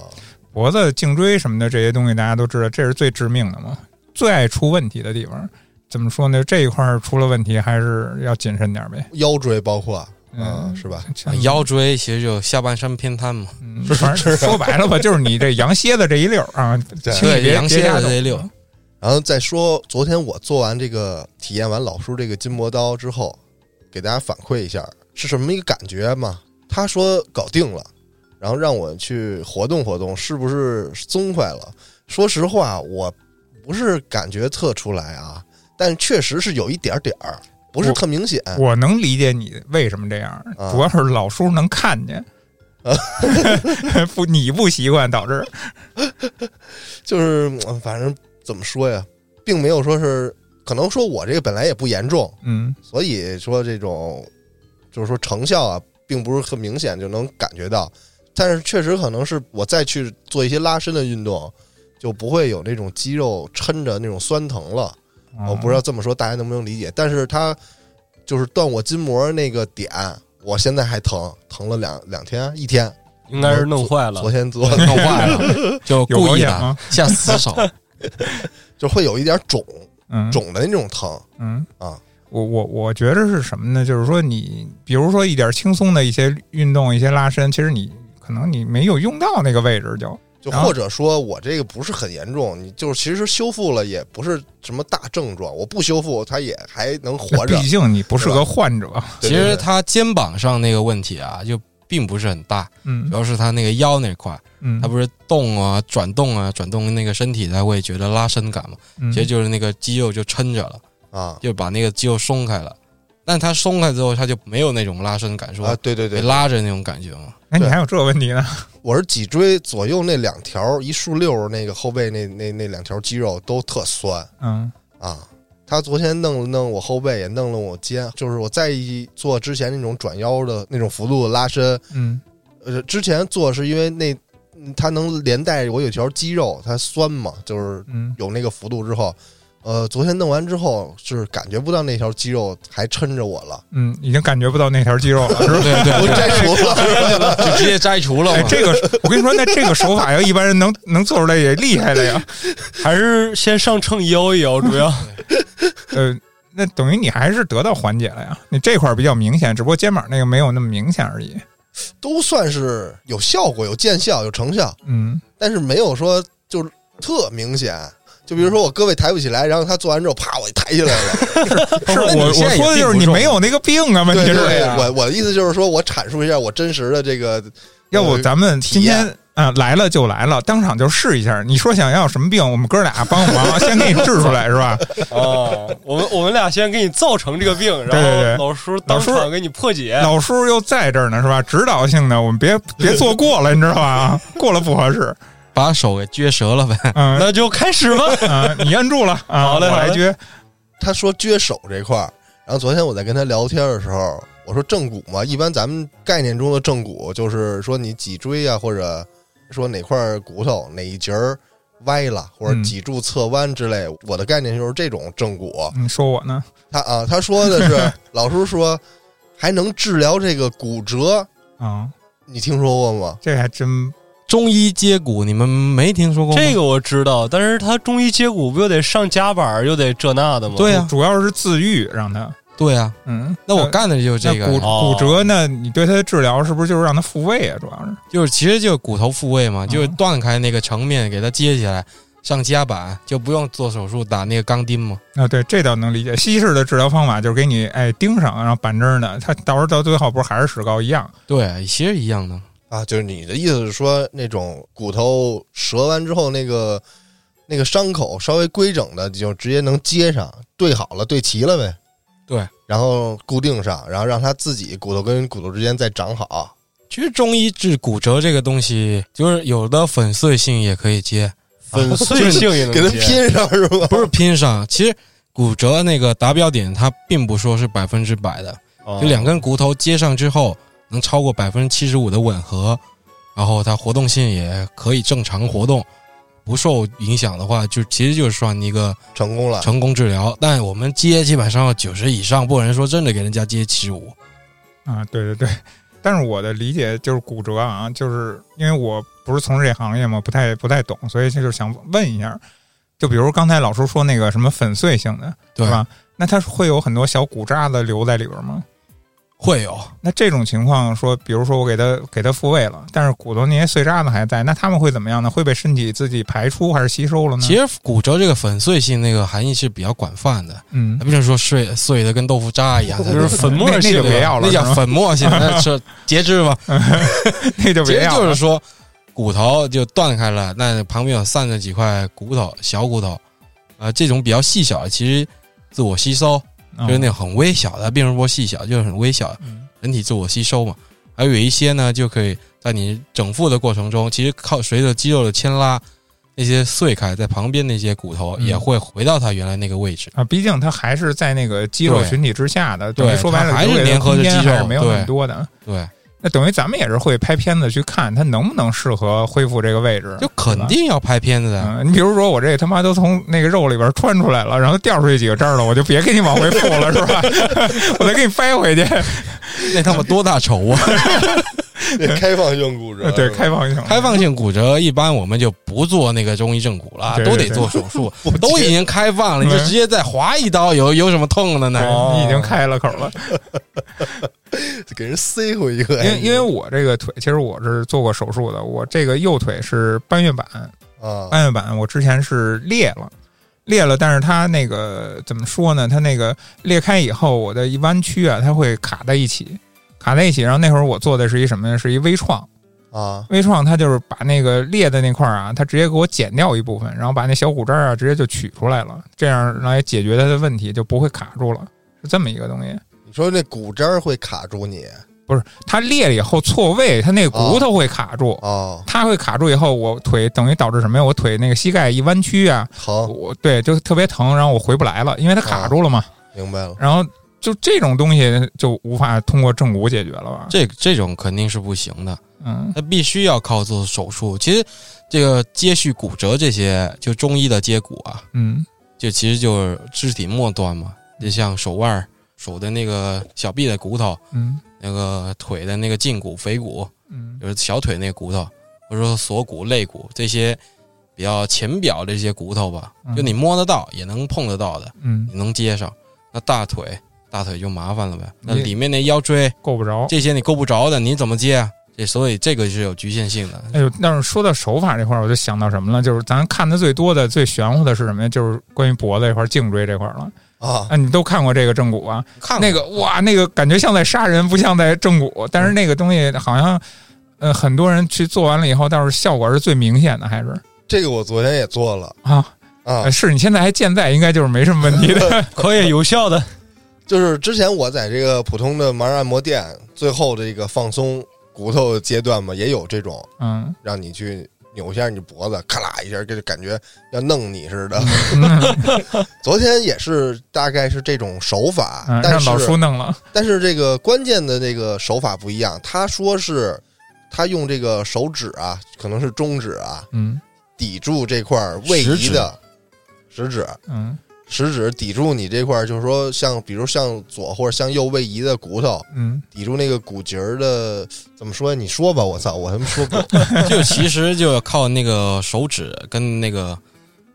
脖子、颈椎什么的这些东西，大家都知道，这是最致命的嘛，最爱出问题的地方。怎么说呢？这一块儿出了问题，还是要谨慎点儿呗。腰椎包括啊嗯，，是吧？啊腰椎其实就下半身偏瘫嘛，嗯，反正说白了吧，就是你这羊蝎子这一溜儿啊，对轻易别羊蝎别瞎子动这一溜。嗯然后再说，昨天我做完这个体验完老叔这个筋膜刀之后，给大家反馈一下是什么一个感觉嘛？他说搞定了，然后让我去活动活动，是不是松快了？说实话，我不是感觉特出来啊，但确实是有一点点儿，不是特明显。我能理解你为什么这样，啊主要是老叔能看见，啊 不你不习惯导致。就是嗯反正怎么说呀，并没有说是，可能说我这个本来也不严重，嗯，所以说这种就是说成效啊，并不是很明显就能感觉到，但是确实可能是我再去做一些拉伸的运动，就不会有那种肌肉抻着那种酸疼了。啊哦我不知道这么说大家能不能理解，但是它就是断我筋膜那个点，我现在还疼，疼了两两天一天，应该是弄坏了昨。天做弄坏了，就有故保意险的吗下死 手。 就会有一点肿嗯肿的那种疼嗯啊。我我我觉着是什么呢？就是说你，比如说一点轻松的一些运动、一些拉伸，其实你可能你没有用到那个位置就，就然后或者说我这个不是很严重，你就是其实修复了也不是什么大症状，我不修复它也还能活着毕。竟你不是对个患者。对其对实对他肩膀上那个问题啊，就并不是很大，嗯主要是他那个腰那块儿，嗯，他不是动啊、转动啊、转动那个身体，他会觉得拉伸感嘛，嗯其实就是那个肌肉就撑着了，啊就把那个肌肉松开了。但他松开之后，他就没有那种拉伸感，啊说，对对被对，拉着那种感觉 嘛。哎，你对还有这问题呢？我是脊椎左右那两条一竖溜儿那个后背那那那两条肌肉都特酸嗯啊。他昨天弄了弄我后背，也弄了我肩，就是我再一做之前那种转腰的那种幅度的拉伸，嗯呃，之前做是因为那嗯它能连带我有条肌肉它酸嘛，就是嗯有那个幅度之后，呃，昨天弄完之后是感觉不到那条肌肉还抻着我了，嗯，已经感觉不到那条肌肉了，是吧？对对我对，摘除了。就直接摘除了哎，嘛。这个我跟你说，那这个手法要一般人能能做出来也厉害了呀。还是先上秤摇一摇，主要呃，那等于你还是得到缓解了呀。你这块儿比较明显，只不过肩膀那个没有那么明显而已。都算是有效果、有见效、有成效，嗯，但是没有说就是特明显。就比如说我胳膊抬不起来，然后他做完之后，啪，我就抬起来了。 是那你我我现在也说的就并不是你重没有那个病啊，问对题对是。对，我我的意思就是说我阐述一下我真实的这个要不呃咱们今天体啊、来了就来了，当场就试一下。你说想要什么病，我们哥俩帮 忙，先给你治出来，是吧？啊，我们我们俩先给你造成这个病，对对对然后老叔当场给你破解。老叔又在这儿呢，是吧？指导性的，我们别别做过了，你知道吧？啊过了不合 适。把手给撅折了呗。嗯、那就开始吧。啊，你摁住了啊！好嘞我好来嘞撅。他说撅手这块儿，然后昨天我在跟他聊天的时候，我说正骨嘛，一般咱们概念中的正骨就是说你脊椎啊，或者说哪块儿骨头哪一节儿歪了，或者嗯脊柱侧弯之类。我的概念就是这种正骨。你说我呢？他啊，他说的是老师说还能治疗这个骨折，啊，你听说过吗？这还真中医接骨，你们没听说过吗？这个我知道，但是他中医接骨不又得上夹板儿，又得这那的吗？对啊，主要是自愈让他。对啊。嗯，那我呃干的就是这那骨个，哦骨折呢？你对他的治疗是不是就是让他复位啊？主要是，就是其实就是骨头复位嘛，嗯就是断开那个层面，给它接起来，上夹板就不用做手术打那个钢钉嘛。啊，对，这倒能理解。西式的治疗方法就是给你哎钉上，然后板针的，他到时候到最后不是还是石膏一样？对，其实一样的。啊，就是你的意思是说，那种骨头折完之后，那个那个伤口稍微规整的，就直接能接上，对好了，对齐了呗。对，然后固定上，然后让它自己骨头跟骨头之间再长好。其实中医治骨折这个东西，就是有的粉碎性也可以接，粉碎性也能给它接拼上是吧？不是拼上。其实骨折那个达标点，它并不说是百分之百的，哦 就两根骨头接上之后，能超过百分之七十五的吻合，然后它活动性也可以正常活动，不受影响的话，就其实就是算一个啊成啊功了，成功治疗。但我们接基本上九十以上，不能说真的给人家接七十五。啊，对对对，但是我的理解就是骨折啊，就是因为我不是从事这行业嘛，不太不太懂，所以就是想问一下，就比如刚才老师说那个什么粉碎性的，对是吧？那它会有很多小骨渣子留在里边吗？会有，那这种情况说，比如说我给它给它复位了，但是骨头那些碎渣子还在，那他们会怎么样呢？会被身体自己排出还是吸收了呢？其实骨折这个粉碎性那个含义是比较广泛的，嗯 它，不能说碎碎的跟豆腐渣一样，它就是粉末那那 性就的别要那了，是叫吧粉末性，那是截肢 吧？那就其别实要就了是说骨头就断开了，那旁边有散着几块骨头，小骨头，啊、这种比较细小的，其实自我吸收，嗯就是那种很微小的，并不是说细小，就是很微小，嗯人体自我吸收嘛。还有一些呢，就可以在你整复的过程中，其实靠随着肌肉的牵拉，那些碎开在旁边那些骨头嗯也会回到它原来那个位置。啊，毕竟它还是在那个肌肉对群体之下的，对等于说白了它还是留给它联合着空间肌肉还是没有那么对多的。啊对，那等于咱们也是会拍片子去看它能不能适合恢复这个位置，就肯定要拍片子啊的。嗯，你比如说我这他妈都从那个肉里边穿出来了，然后掉出去几个渣儿了，我就别给你往回复了，是吧？ 我再给你掰回去。 那他妈多大仇 啊！开放性骨折，对，是吧开放性，开放性骨折一般我们就不做那个中医正骨了，对对都得对做手术，都已经开放了，你就对哦直接再划一刀，有有什么痛的哦呢？对，你已经开了口了。给人塞回一个，哎因为因为我这个腿，其实我是做过手术的，我这个右腿是半月板，啊，半月板我之前是裂了，裂了，但是它那个怎么说呢？它那个裂开以后，我的一弯曲啊，它会卡在一起，卡在一起。然后那会儿我做的是一什么呢？是一微创，啊，微创它就是把那个裂的那块儿啊，它直接给我剪掉一部分，然后把那小骨渣儿啊直接就取出来了，这样来解决它的问题，就不会卡住了。是这么一个东西，你说那骨渣儿会卡住你不是它裂了以后错位，它那个骨头会卡住。哦，它会卡住以后，我腿等于导致什么呀？我腿那个膝盖一弯曲啊，疼，我对就特别疼，然后我回不来了，因为它哦卡住了嘛。明白了，然后就这种东西就无法通过正骨解决了吧？这这种肯定是不行的，嗯那必须要靠做手术。其实这个接续骨折这些，就中医的接骨啊，嗯就其实就是肢体末端嘛，就像手腕儿、手的那个小臂的骨头，嗯那个腿的那个胫骨、腓骨，嗯就是小腿那骨头，或者说锁骨、肋骨这些比较浅表的这些骨头吧嗯，就你摸得到，也能碰得到的，嗯，你能接上。那大腿，大腿就麻烦了呗。那你里面那腰椎够不着。这些你够不着的，你怎么接啊？这所以这个是有局限性的。哎呦，但是说到手法这块儿，我就想到什么了？就是咱看的最多的、最玄乎的是什么呀？就是关于脖子这块儿、颈椎这块儿了。啊，啊，你都看过这个正骨啊？看那个哇，那个感觉像在杀人，不像在正骨。但是那个东西好像，呃，很多人去做完了以后，倒是效果是最明显的，还是这个我昨天也做了啊？啊哦呃，是你现在还健在，应该就是没什么问题的。可以有效的，就是之前我在这个普通的盲人按摩店，最后这个放松骨头阶段嘛，也有这种嗯，让你去扭一下你脖子，咔啦一下，就感觉要弄你似的。嗯， 昨天也是大概是这种手法，嗯但让是老叔弄了。但是这个关键的这个手法不一样，他说是他用这个手指啊，可能是中指啊，嗯抵住这块儿位移的食指，嗯食指抵住你这块儿，就是说像比如向左或者向右位移的骨头，嗯抵住那个骨节儿的，怎么说？你说吧，我操，我他妈说不 就其实就靠那个手指跟那个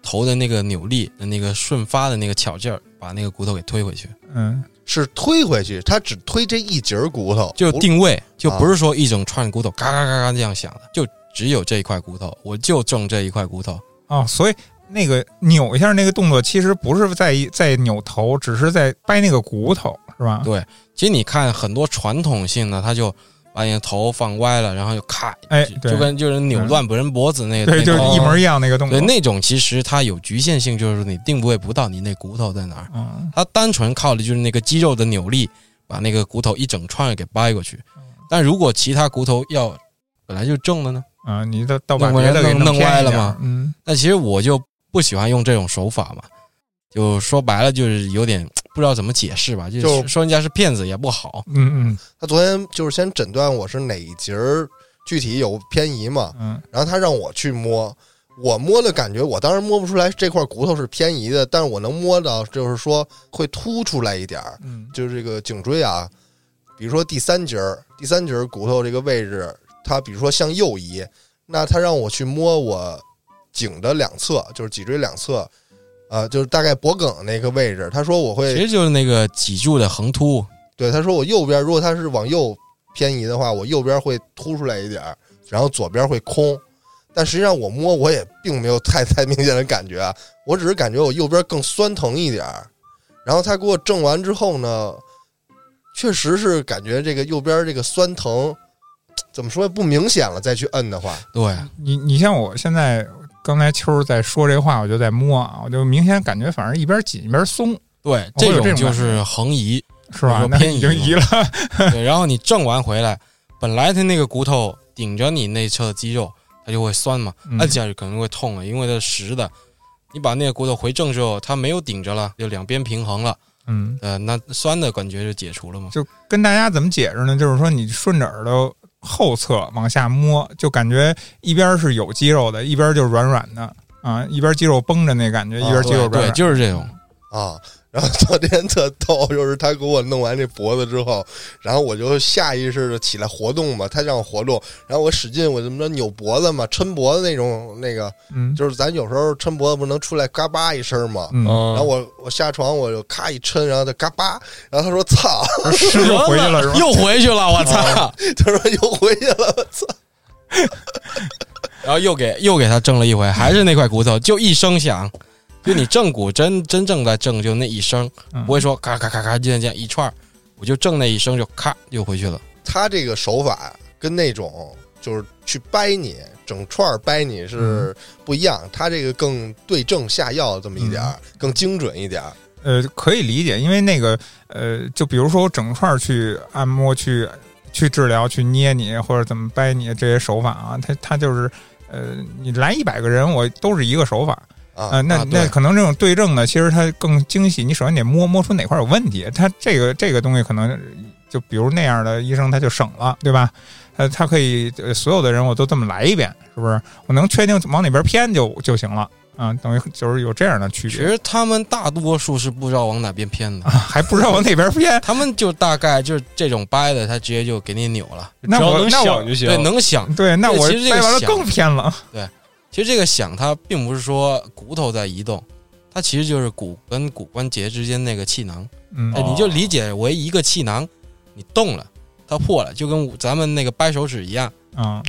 头的那个扭力的那个顺发的那个巧劲儿，把那个骨头给推回去，嗯是推回去，他只推这一节儿骨头，就不定位，就不是说一整串骨头嘎嘎嘎嘎这样响的，就只有这一块骨头，我就中这一块骨头。哦，所以那个扭一下那个动作，其实不是在在扭头，只是在掰那个骨头，是吧？对，其实你看很多传统性的，他就把你的头放歪了，然后就咔，哎就对就跟就是扭乱别人脖子那个，对，那就种是一模一样那个动作哦对。那种其实它有局限性，就是你定位不到你那骨头在哪儿，嗯它单纯靠的就是那个肌肉的扭力把那个骨头一整串给掰过去。嗯但如果其他骨头要本来就正了呢，啊，你都倒把弄别的给弄弄偏歪一了点吗嗯那其实我就不喜欢用这种手法嘛。就说白了就是有点不知道怎么解释吧，就就是说人家是骗子也不好。嗯嗯他昨天就是先诊断我是哪一节儿具体有偏移嘛，嗯，然后他让我去摸，我摸的感觉，我当时摸不出来这块骨头是偏移的，但是我能摸到，就是说会凸出来一点儿，嗯就是这个颈椎啊，比如说第三节儿，第三节儿骨头这个位置，它比如说向右移，那他让我去摸我颈的两侧，就是脊椎两侧，呃，就是大概脖梗那个位置，他说我其会，实就是那个脊柱的横突，对，他说我右边如果它是往右偏移的话，我右边会凸出来一点儿，然后左边会空。但实际上我摸我也并没有太太明显的感觉啊，我只是感觉我右边更酸疼一点儿。然后他给我正完之后呢，确实是感觉这个右边这个酸疼，怎么说也不明显了。再去摁的话，对，你你像我现在刚才秋儿在说这话，我就在摸啊，我就明显感觉反正一边紧一边松，对，会种就有这种感觉是横 移。是吧我？那偏已移经移了，对，然后你正完回来，本来它那个骨头顶着你内侧的肌肉，它就会酸嘛，嗯按下去可能会痛了，因为它是实的。你把那个骨头回正之后，它没有顶着了，就两边平衡了，嗯。呃，那酸的感觉就解除了嘛。就跟大家怎么解释呢？就是说你顺着耳朵后侧往下摸，就感觉一边是有肌肉的，一边就是软软的啊，一边肌肉绷着那感觉，啊一边肌对肉软对，软。就是这种。啊。然后昨天特逗，就是他给我弄完这脖子之后，然后我就下意识的起来活动嘛，他让我活动，然后我使劲我怎么着扭脖子嘛，抻脖子那种那个，嗯就是咱有时候抻脖子不能出来嘎巴一声嘛。嗯，嗯然后我我下床我就咔一抻，然后他嘎巴，然后他说操， 是又回去了是吧？又回去了，我操！他说又回去了，我操，然后又给又给他正了一回，还是那块骨头，就一声响，就你正骨真 真正在正就那一声，嗯不会说咔咔咔咔就这样一串儿，我就正那一声就咔又回去了。他这个手法跟那种就是去掰你整串儿掰你是不一样，他这个更对症下药这么一点儿，更精准一点儿。呃，可以理解，因为那个呃，就比如说我整串儿去按摩、去去治疗、去捏你或者怎么掰你这些手法啊，它它就是呃，你来一百个人，我都是一个手法。啊，啊，那啊对那可能这种对症的，其实它更精细。你首先得摸摸出哪块有问题，它这个这个东西可能就比如那样的医生他就省了，对吧？他他可以呃所有的人我都这么来一遍，是不是？我能确定往哪边偏就就行了啊，等于就是有这样的区其别，啊实他们大多数是不知道往哪边偏的，还不知道往哪 边偏。他们就大概就是这种掰的，他直接就给你扭了。那只要我能那想我就行。对，能想。对，那我其实这个掰完了想更偏了。其实这个想它并不是说骨头在移动，它其实就是骨跟骨关节之间那个气囊。嗯哎，哦你就理解为一个气囊，你动了，它破了，就跟咱们那个掰手指一样。啊，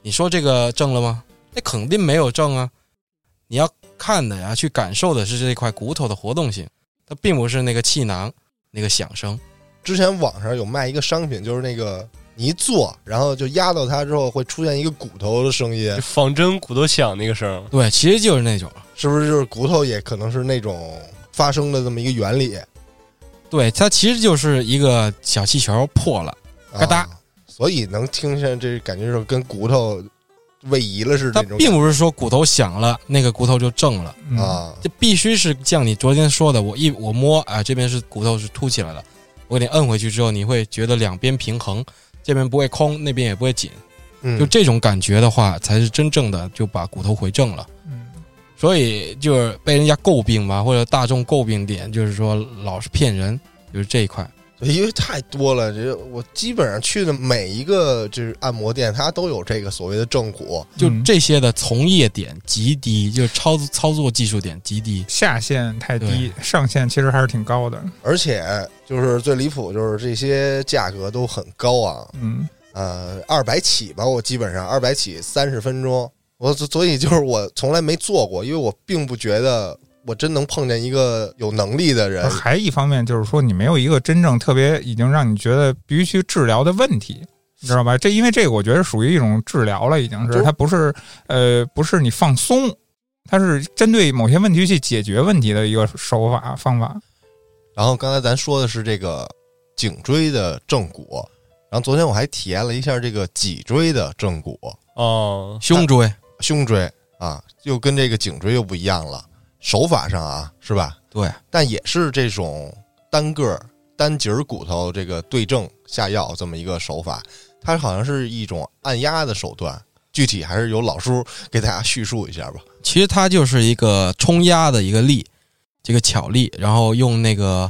你说这个正了吗？那肯定没有正啊！你要看的呀，去感受的是这块骨头的活动性，它并不是那个气囊那个响声。之前网上有卖一个商品，就是那个你一坐，然后就压到它之后会出现一个骨头的声音就，仿真骨头响那个声儿，对，其实就是那种。是不是就是骨头也可能是那种发生的这么一个原理？对，它其实就是一个小气球破了，啊嘎哒所以能听见这感觉就是跟骨头位移了似的它那种并不是说骨头响了，那个骨头就正了，嗯啊，这必须是像你昨天说的，我一我摸啊，这边是骨头是凸起来的，我给你摁回去之后，你会觉得两边平衡，这边不会空，那边也不会紧，嗯就这种感觉的话，才是真正的就把骨头回正了。嗯所以就是被人家诟病嘛，或者大众诟病点就是说老是骗人，就是这一块。因为太多了，这我基本上去的每一个就是按摩店，它都有这个所谓的正骨，就嗯这些的从业点极低，就是操操作技术点极低。下限太低，上限其实还是挺高的。而且就是最离谱，就是这些价格都很高昂，嗯呃，二百起吧，我基本上二百起三十分钟，我所所以就是我从来没做过，因为我并不觉得我真能碰见一个有能力的人，还一方面就是说，你没有一个真正特别已经让你觉得必须去治疗的问题，你知道吧？这因为这个，我觉得属于一种治疗了，已经是就它不是呃不是你放松，它是针对某些问题去解决问题的一个手法方法。然后刚才咱说的是这个颈椎的正骨，然后昨天我还体验了一下这个脊椎的正骨，哦，胸椎胸椎啊，又跟这个颈椎又不一样了。手法上啊，是吧？对，但也是这种单个儿单节儿骨头这个对症下药这么一个手法，它好像是一种按压的手段，具体还是由老叔给大家叙述一下吧。其实它就是一个冲压的一个力，这个巧力，然后用那个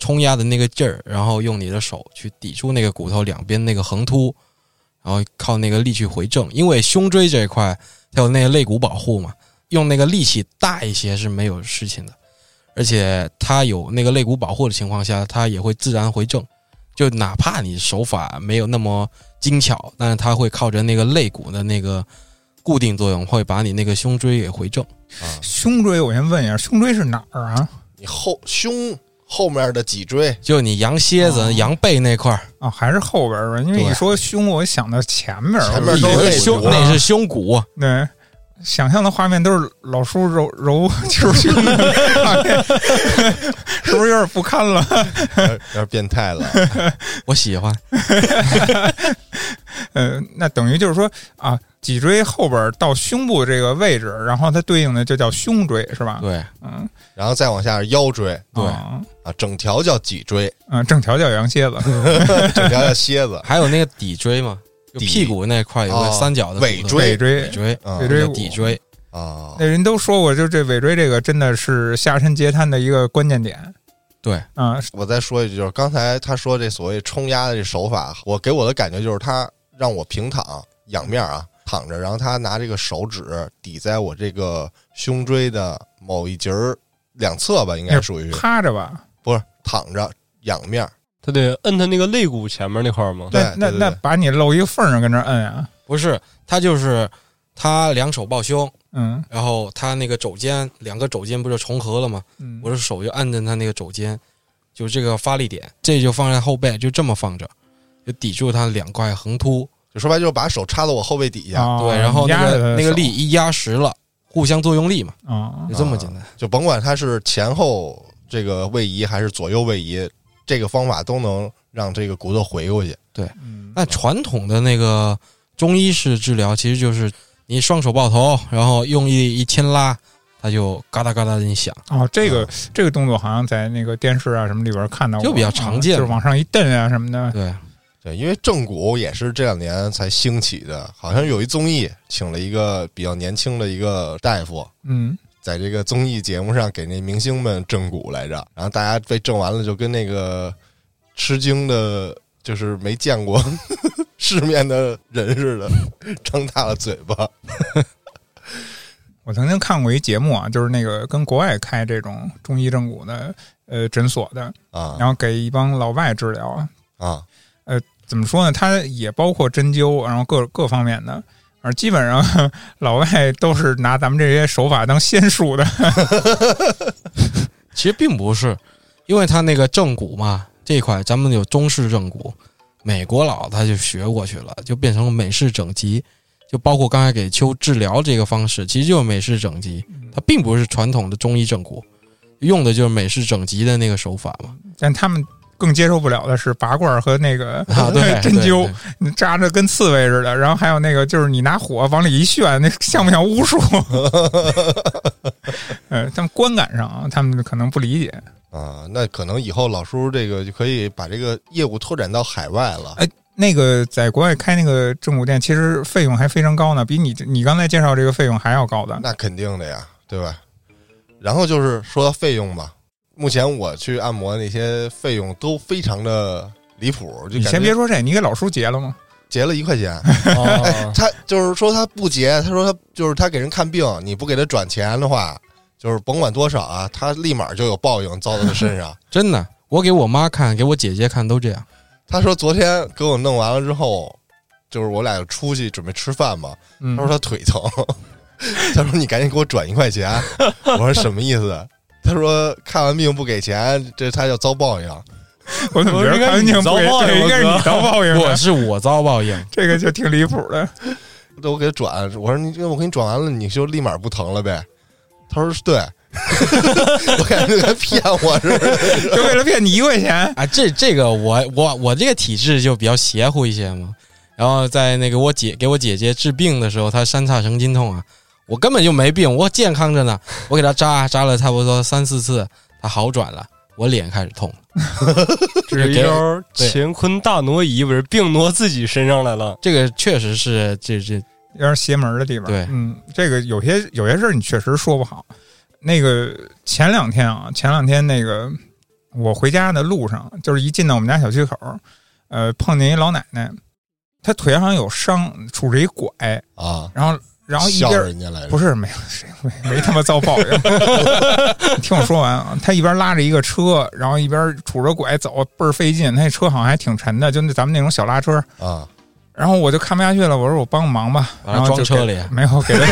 冲压的那个劲儿，然后用你的手去抵住那个骨头两边那个横突，然后靠那个力去回正。因为胸椎这一块它有那个肋骨保护嘛，用那个力气大一些是没有事情的，而且它有那个肋骨保护的情况下，它也会自然回正。就哪怕你手法没有那么精巧，但是它会靠着那个肋骨的那个固定作用，会把你那个胸椎给回正。啊，胸椎，我先问一下，胸椎是哪儿啊？你后胸后面的脊 椎，就你羊蝎子、哦羊背那块儿，啊，还是后边儿吧？因为对你说胸，我想到前面儿，前我面儿以都为是肋骨胸，啊那是胸骨。对，想象的画面都是老叔揉揉 球胸的画面， 是不是有点不堪了？有点变态了。我喜欢。呃，那等于就是说啊，脊椎后边儿到胸部这个位置，然后它对应的就叫胸椎，是啊吧？对，嗯，然后再往下是腰椎对，啊啊，整条叫脊椎，嗯，正条叫羊蝎子，整条叫蝎子 还有那个底椎嘛，就底屁股那块有个哦三角的尾骨头椎尾椎尾。椎，啊尾椎叫骨底椎。啊那人都说过，就这尾椎这个真的是下身截瘫的一个关键点。对，啊，我再说一句，就是刚才他说这所谓冲压的这手法，我给我的感觉就是他让我平躺仰面啊躺着，然后他拿这个手指抵在我这个胸椎的某一节儿两侧吧，应该属于趴着吧，不是躺着仰面儿，他得摁他那个肋骨前面那块儿 吗？对那那对对那把你露一个缝儿跟那儿摁啊，不是，他就是他两手抱胸，嗯然后他那个肘尖，两个肘尖不就重合了吗？嗯，我的手就按着他那个肘尖，就这个发力点，这就放在后背，就这么放着，就抵住他两块横突。就说白了就是把手插到我后背底下，啊哦对，然后那压着个他的那个手力一压实了，互相作用力嘛，啊就这么简单。就甭管它是前后这个位移还是左右位移，这个方法都能让这个骨头回过去。嗯那传统的那个中医式治疗，其实就是你双手抱头，然后用力一牵拉，它就嘎哒嘎哒的你响。哦，这个这个动作好像在那个电视啊什么里边看到嗯过，就比较常见啊就是往上一蹬啊什么的。对，对，因为正骨也是这两年才兴起的，好像有一综艺请了一个比较年轻的一个大夫，嗯，在这个综艺节目上给那明星们正骨来着，然后大家被正完了，就跟那个吃惊的，就是没见过 世面的人似的，张大了嘴巴。我曾经看过一节目啊，就是那个跟国外开这种中医正骨的呃诊所的，嗯啊然后给一帮老外治疗啊，啊！怎么说呢？它也包括针灸，然后各各方面的。而基本上 呵老外都是拿咱们这些手法当仙术的，其实并不是，因为它那个正骨嘛这一块，咱们有中式正骨，美国佬他就学过去了，就变成了美式整脊。就包括刚才给秋治疗这个方式，其实就是美式整脊，嗯它并不是传统的中医正骨，用的就是美式整脊的那个手法嘛。但他们更接受不了的是拔罐儿和那个、啊， 对， 针灸对，你扎着跟刺猬似的，然后还有那个就是你拿火往里一炫，那像不像 巫术？呃，他们观感上啊，他们可能不理解。啊，那可能以后老叔这个就可以把这个业务拓展到海外了。哎那个在国外开那个正骨店，其实费用还非常高呢，比你你刚才介绍这个费用还要高的。那肯定的呀，对吧？然后就是说到费用吧，目前我去按摩那些费用都非常的离谱，就你感先觉别说这，你给老叔结了吗？结了一块 钱。 哦，他就是说他不结，他说他就是他给人看病，你不给他转钱的话，就是甭管多少啊，他立马就有报应遭到他 身上。真的，我给我妈看，给我姐姐看，都这样。他说昨天给我弄完了之后，就是我俩就出去准备吃饭嘛，嗯，他说他腿疼，他说你赶紧给我转一块钱。我说什么意思？他说看完病不给钱，这他要遭报应。我怎么觉得看病不给我说对，应应该是该是你你遭遭报应我了，是我遭报应，这个就挺离谱的。我给他转，我说你我给你转完了，你就立马不疼了呗。他说对， 我感觉跟骗我似的。就为了骗你一块钱，啊，这这个我我我这个体质就比较邪乎一些嘛。然后在那个我姐给我姐姐治病的时候，她三叉神经痛啊，我根本就没病，我健康着呢。我给他扎扎了差不多三四次，他好转了，我脸开始痛。 这是一招乾坤大挪移，不是病挪自己身上来了。这个确实是，这这有点邪门的地方。对嗯，这个有些有些事儿你确实说不好。那个前两天啊，前两天那个我回家的路上，就是一进到我们家小区口儿，呃，碰见一老奶奶，她腿上有伤，杵着一拐，啊，然后然后一笑边人家来着，不是没有谁没没他妈遭报应， 你听我说完啊，他一边拉着一个车，然后一边杵着拐走，倍儿费劲。他那车好像还挺沉的，就那咱们那种小拉车。啊，然后我就看不下去了，我说我帮个忙吧，把然他后就装车给里没有给他，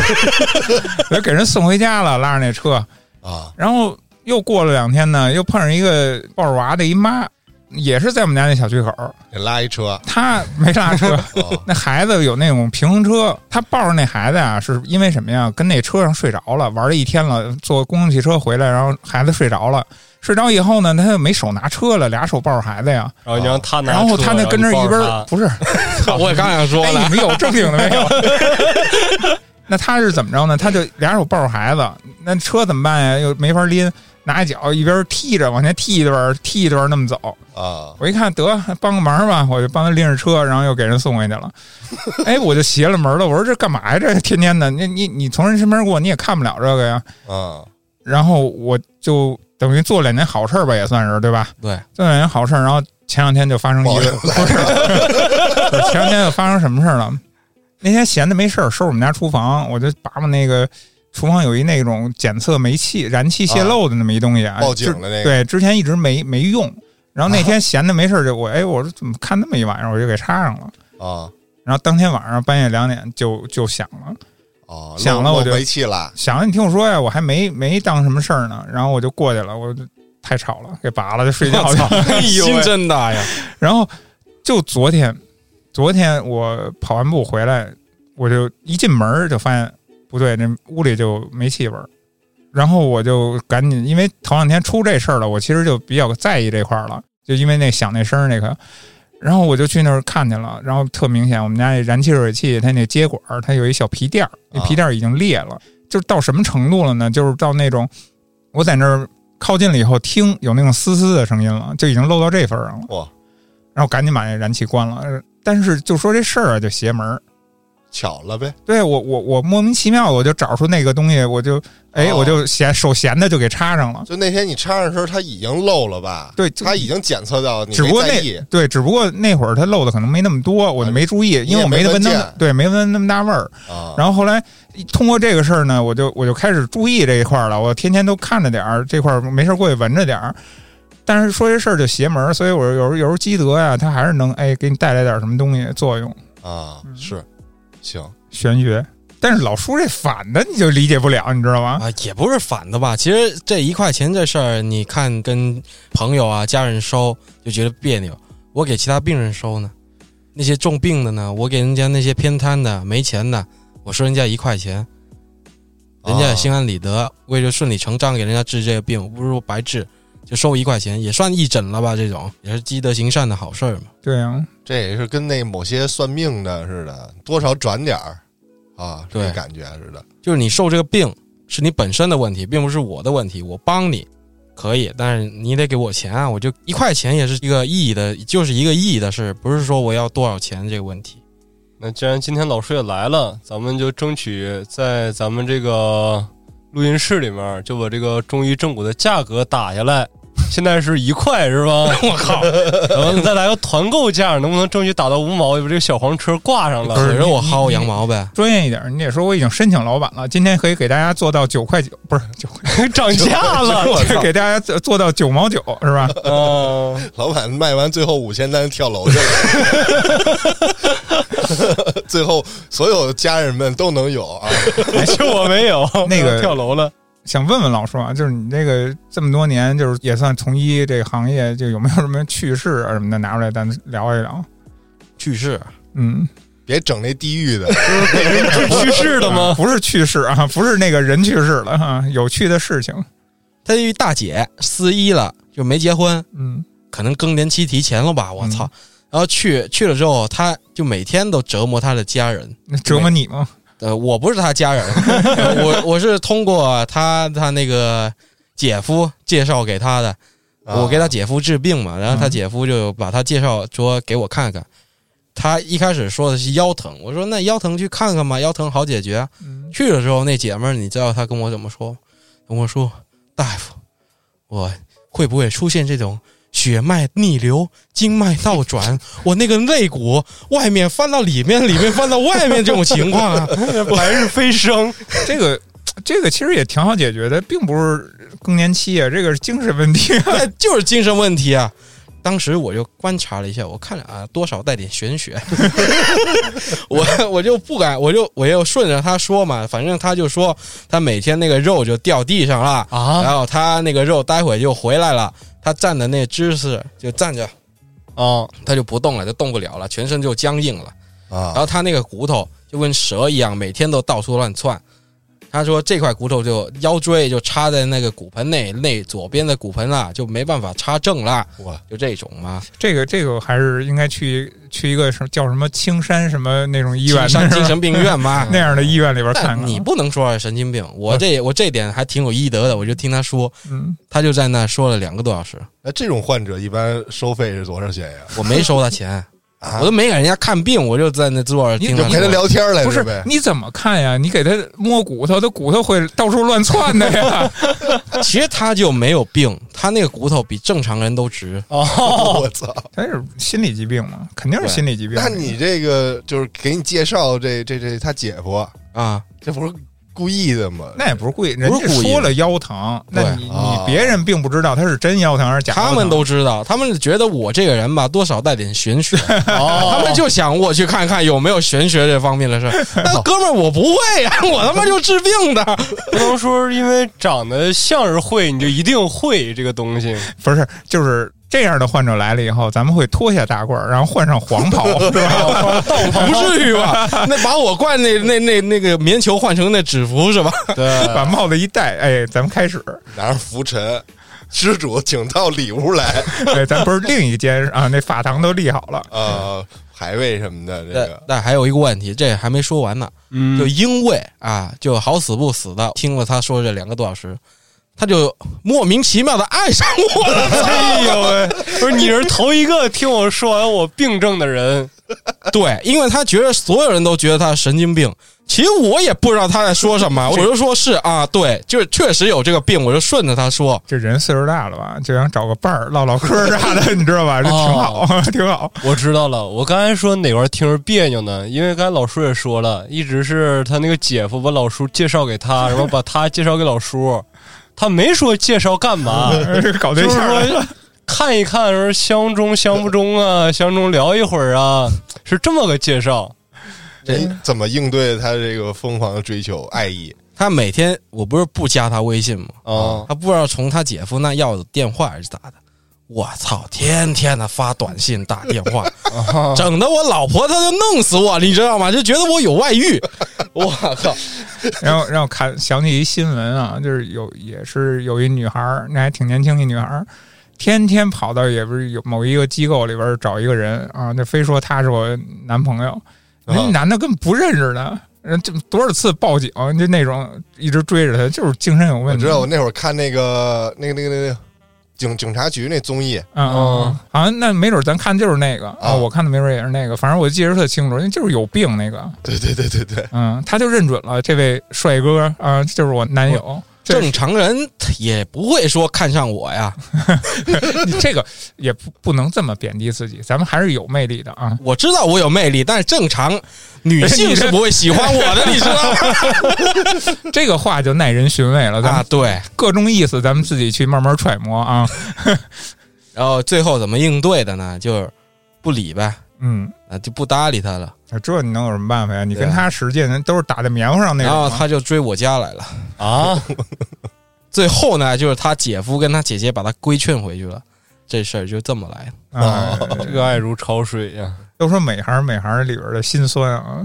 我就给人送回家了，拉着那车。啊然后又过了两天呢，又碰上一个抱着娃的一妈，也是在我们家那小区口，给拉一车，她没拉 车，哦那孩子有那种平衡车，他抱着那孩子啊，是因为什么呀？跟那车上睡着了，玩了一天了，坐公共汽车回来，然后孩子睡着了，睡着以后呢，他就没手拿车了，俩手抱着孩子 呀，然后你让他拿车，然后他那跟这着一边儿不 是，我也刚想说哎，呢，你们有正经的没有？ 那他是怎么着呢？他就俩手抱着孩子，那车怎么办呀？又没法拎，拿一脚一边踢着往前踢一段，踢一段那么走。啊，我一看得帮个忙吧，我就帮他拎着车，然后又给人送回去 了。哎，我就邪了门了，我说这干嘛呀？这天天的，你你你从人身边过，你也看不了这个呀。嗯然后我就等于做两件好事儿吧，也算是对吧？对，做两件好事儿，然后前两天就发生一报个应不是， 前两天就发生什么事儿了？那天闲的没事儿，收拾我们家厨房，我就把我那个厨房有一那种检测煤气燃气泄漏的那么一东西啊，报警就的那个，对，之前一直没没用，然后那天闲的没事儿就我哎，我说怎么看那么一晚上，我就给插上了。啊然后当天晚上半夜两点就就响了，哦，想了漏我就漏煤气了，响了你听我说呀，我还没 没当什么事儿呢，然后我就过去了，我就太吵了，给拔了就睡觉去。 哎呦喂心真大呀！然后就昨天，昨天我跑完步回来，我就一进门儿就发现不对，这屋里就没气味儿。然后我就赶紧，因为头两天出这事儿了，我其实就比较在意这块儿了，就因为那响那声儿那个。然后我就去那儿看去了，然后特明显，我们家那燃气热水器它那接管儿它有一小皮垫儿，那皮垫儿已经裂了，就是到什么程度了呢？就是到那种我在那儿靠近了以后听有那种嘶嘶的声音了，就已经漏到这份儿上了。哇，然后赶紧把那燃气关了。呃但是就说这事儿啊，就邪门儿。巧了呗，对我，我我莫名其妙我就找出那个东西，我就哎，哦我就闲手闲的就给插上了。就那天你插上的时候，它已经漏了吧？对就它已经检测到你只不没过在那意啊对，只不过那会儿它漏的可能没那么多，我就没注意，因为我没没闻闻那见么对，没闻那么大味儿。啊，然后后来通过这个事儿呢，我就我就开始注意这一块儿了，我天天都看着点儿这块儿，没事儿过去闻着点儿。但是说这事儿就邪门儿，所以我有时候有时候积德呀、它还是能哎给你带来点儿什么东西作用。啊，是，行，玄学。但是老叔这反的你就理解不了，你知道吗？啊，也不是反的吧？其实这一块钱这事儿，你看跟朋友啊、家人收就觉得别扭，我给其他病人收呢，那些重病的呢，我给人家那些偏瘫的、没钱的，我收人家一块钱，人家也心啊安理得，为了顺理成章给人家治这个病，不如白治，就收一块钱，也算义诊了吧？这种也是积德行善的好事儿嘛。对呀、啊，这也是跟那某些算命的似的，多少转点儿啊，这对感觉似的，就是你受这个病是你本身的问题，并不是我的问题。我帮你可以，但是你得给我钱啊！我就一块钱也是一个意义的，就是一个意义的事，不是说我要多少钱这个问题。那既然今天老师也来了，咱们就争取在咱们这个录音室里面就把这个中医正骨的价格打下来。现在是一块是 吧？我靠！然后再来个团购价，能不能争取打到五毛，也把这个小黄车挂上可了？是我薅羊毛呗，专业一点，你得说我已经申请老板了，今天可以给大家做到九块九，不是九块，涨价 了！给大家做做到九毛九，是 吧？嗯，老板卖完最后五千单跳楼去了， 最后所有家人们都能有啊， 就我没有那个跳楼了。想问问老叔啊，就是你这个这么多年，就是也算从医这个行业，就有没有什么趣事啊什么的拿出来，咱聊一聊？去世嗯，别整那地狱的，是去世的啊吗？ 不是趣事啊，不是那个人去世了 哈、啊，有趣的事情。她一大姐四一了就没结婚，嗯，可能更年期提前了吧？我操！嗯然后去去了之后，她就每天都折磨她的家人，那折磨你吗？呃，我不是他家人， 呃我我是通过他他那个姐夫介绍给他的，啊我给他姐夫治病嘛，然后他嗯姐夫就把他介绍说给我看看。他一开始说的是腰疼，我说那腰疼去看看吧，腰疼好解决啊。嗯去的时候，那姐们儿，你知道她跟我怎么说？跟我说：“大夫，我会不会出现这种血脉逆流、经脉倒转，我那个肋骨外面翻到里面，里面翻到外面这种情况啊？来日飞升，这个这个其实也挺好解决的，并不是更年期啊，这个是精神问题啊。 那就是精神问题啊！”当时我就观察了一下，我看了啊，多少带点玄学， 我我就不敢，我就我就顺着他说嘛，反正他就说他每天那个肉就掉地上了，啊然后他那个肉待会儿就回来了，他站的那姿势就站着，啊！他就不动了，就动不了了，全身就僵硬了。然啊后他那个骨头就跟蛇一样，每天都到处乱窜。他说这块骨头就腰椎就插在那个骨盆内内左边的骨盆啊，就没办法插正了，哇就这种嘛。这个这个还是应该去去一个什么叫什么青山什么那种医院精神精是吧。神病院嘛 那样的医院里边看啊但看。你不能说是神经病，我 这我这点还挺有医德的，我就听他说，嗯，他就在那说了两个多小时，那这种患者一般收费是多少钱呀？我没收他 钱，啊我都没给人家看病，我就在那坐着你听就他陪他说聊天来不着是 呗，你怎么看呀？你给他摸骨头，他骨头会到处乱窜的呀。其实他就没有病，他那个骨头比正常人都直。我操！他是心理疾病嘛，肯定是心理疾病。哦那你这个就是给你介绍这这这他姐夫，啊，这不是故意的吗？那也不是故意，人不家是故意的说了腰疼，那你啊你别人并不知道他是真腰疼还是假腰疼。他们都知道，他们觉得我这个人吧，多少带点玄学，哦他们就想我去看看有没有玄学这方面的事儿。那哥们儿，我不会啊， 我他妈就治病的。不能说是因为长得像是会，你就一定会这个东 西。不是，就是这样的患者来了以后，咱们会脱下大褂儿，然后换上黄袍，是吧？不至于吧？那把我灌那那那那个棉球换成那纸服是吧？对，把帽子一戴，哎，咱们开始。拿着拂尘，施主请到里屋来 对，咱不是另一间啊，那发堂都立好了。啊，排位什么的，这那个那还有一个问题，这还没说完呢。嗯就因为啊，就好死不死的听了他说这两个多小时，他就莫名其妙的爱上我了。哎呦喂！不是，你是头一个听我说完我病症的人。对，因为他觉得所有人都觉得他神经病，其实我也不知道他在说什么，我就说是啊，对，就是确实有这个病，我就顺着他说。这人岁数大了吧，就想找个伴儿唠唠嗑儿啥的，你 知道吧？这挺好，哦 挺好。我知道了，我刚才说哪块听着别扭呢？因为刚才老叔也说了，一直是他那个姐夫把老叔介绍给他，然后把他介绍给老叔，他没说介绍干 嘛，呃这搞对就是象了，说看一看，说相中相不中啊，相中聊一会儿啊，是这么个介绍。你怎么应对他这个疯狂的追求爱意？他每天我不是不加他微信吗？啊他不知道从他姐夫那要的电话还是咋的，我操，天天的发短信打电话，整的我老婆她就弄死我，你知道吗？就觉得我有外遇，我靠！然后让我看想起一新闻啊，就是有也是有一女孩儿，那还挺年轻一女孩儿，天天跑到也不是有某一个机构里边儿找一个人啊，就非说他是我男朋友，啊人家男的根本不认识他，人这多少次报警就那种一直追着他，就是精神有我问题。知道，我那会儿看那个那个那个那个警警察局那综艺， 嗯嗯，好像那没准咱看就是那个啊啊，我看的没准也是那个，反正我记得特清楚，那就是有病那个，对对对对对，嗯，他就认准了这位帅哥啊，就是我男友。这正常人也不会说看上我呀， 你这个也不不能这么贬低自己，咱们还是有魅力的啊。我知道我有魅力，但是正常女性是不会喜欢我的，你知道吗？这个话就耐人寻味了，咱啊们，对。各种意思，咱们自己去慢慢揣摩啊。然后最后怎么应对的呢？就是不理呗，嗯，啊，就不搭理他了。啊这你能有什么办法呀？你对跟啊他实践，人都是打在棉花上那然后种啊。他就追我家来了。啊！最后呢，就是他姐夫跟他姐姐把他规劝回去了。这事儿就这么来的。啊哎这个爱如潮水呀、都说每行每行里边的辛酸啊，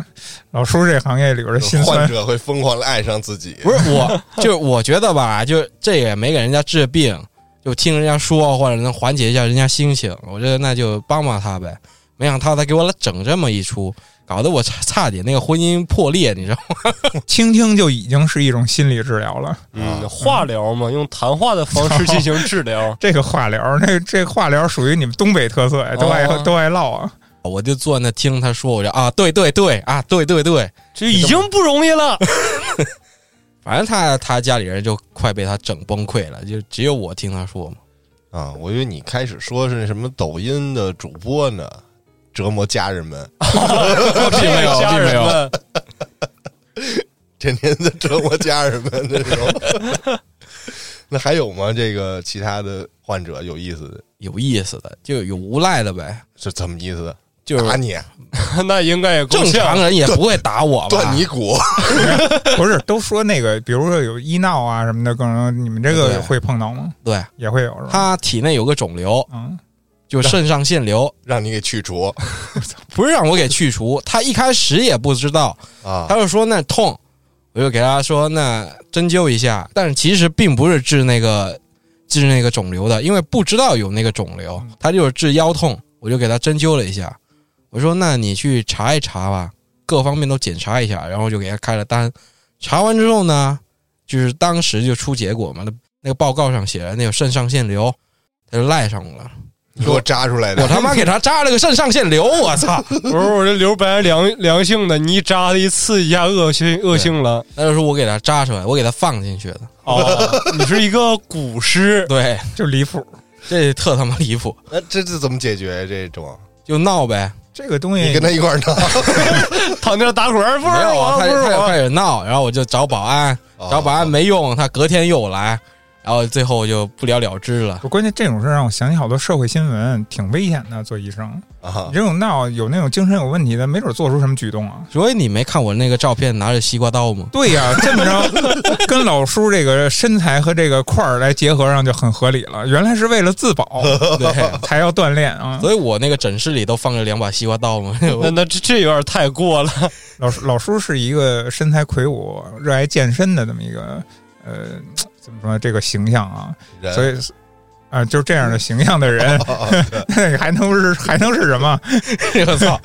老叔这行业里边的辛患酸，者会疯狂的爱上自己，不是我，就是我觉得吧，就是这也没给人家治病，就听人家说或者能缓解一下人家心情，我觉得那就帮帮他呗。没想到他给我整这么一出，搞得我差差点那个婚姻破裂，你知道吗？倾听就已经是一种心理治疗了。。嗯，化疗嘛，用谈话的方式进行治疗 这个化疗，那这化疗属于你们东北特色呀，都爱、哦都爱唠啊。我就坐那听他说，我就啊，对对对啊，对对对，这已经不容易 了，反正他他家里人就快被他整崩溃了，就只有我听他说嘛。啊，我以为你开始说是什么抖音的主播呢，折磨家 人们，并没有家人并没们，天天在折磨家人们这种。 那还有吗？这个其他的患者有意思的有意思的，就有无赖的呗，是怎么意思的？就是打你，啊 那应该也够正呛常。啊人也不会打我吧断？你骨，不是，都说那个，比如说有医闹啊什么的，各种你们这对个会碰到吗？对也会有是吧？他体内有个肿瘤，嗯，就肾上腺瘤， 让你给去啊除不是让我给去除，他一开始也不知道，啊他就说那痛，我就给他说那针灸一下，但是其实并不是治那个治那个肿瘤的，因为不知道有那个肿瘤，他就是治腰痛，我就给他针灸了一下，我说那你去查一查吧，各方面都检查一下，然后就给他开了单，查完之后呢，就是当时就出结果嘛，那那个报告上写了那有肾上腺瘤，他就赖上我了，你给我扎出来的我。他妈给他扎了个肾上腺瘤，我操！ 不是我这瘤本来良良性的，你一扎的一刺一下恶性恶性了。那就是我给他扎出来，我给他放进去的， 哦，你是一个古诗，对，就离谱。这特他妈离谱。那 这这怎么解决这种？就闹呗，这个嗯东你西跟他一块儿闹，躺地上打滚儿，不没是有我，啊，不他是他就我。哦开始闹，然后我就找保安， 找保安没用，他隔天又来，然后最后就不了了之了。不，关键这种事儿让我想起好多社会新闻，挺危险的。做医生，啊你这种闹有那种精神有问题的，没准做出什么举动啊。所以你没看我那个照片拿着西瓜刀吗？对呀、 这么着跟老叔这个身材和这个块儿来结合上就很合理了。原来是为了自 保对，才要锻炼啊。所以我那个诊室里都放着两把西瓜刀嘛。那那这这有点太过了，老叔老叔是一个身材魁梧、热爱健身的这么一个呃，怎么说这个形象啊？人所以啊、就是这样的形象的 人，那还能是还能是什么？ 我操，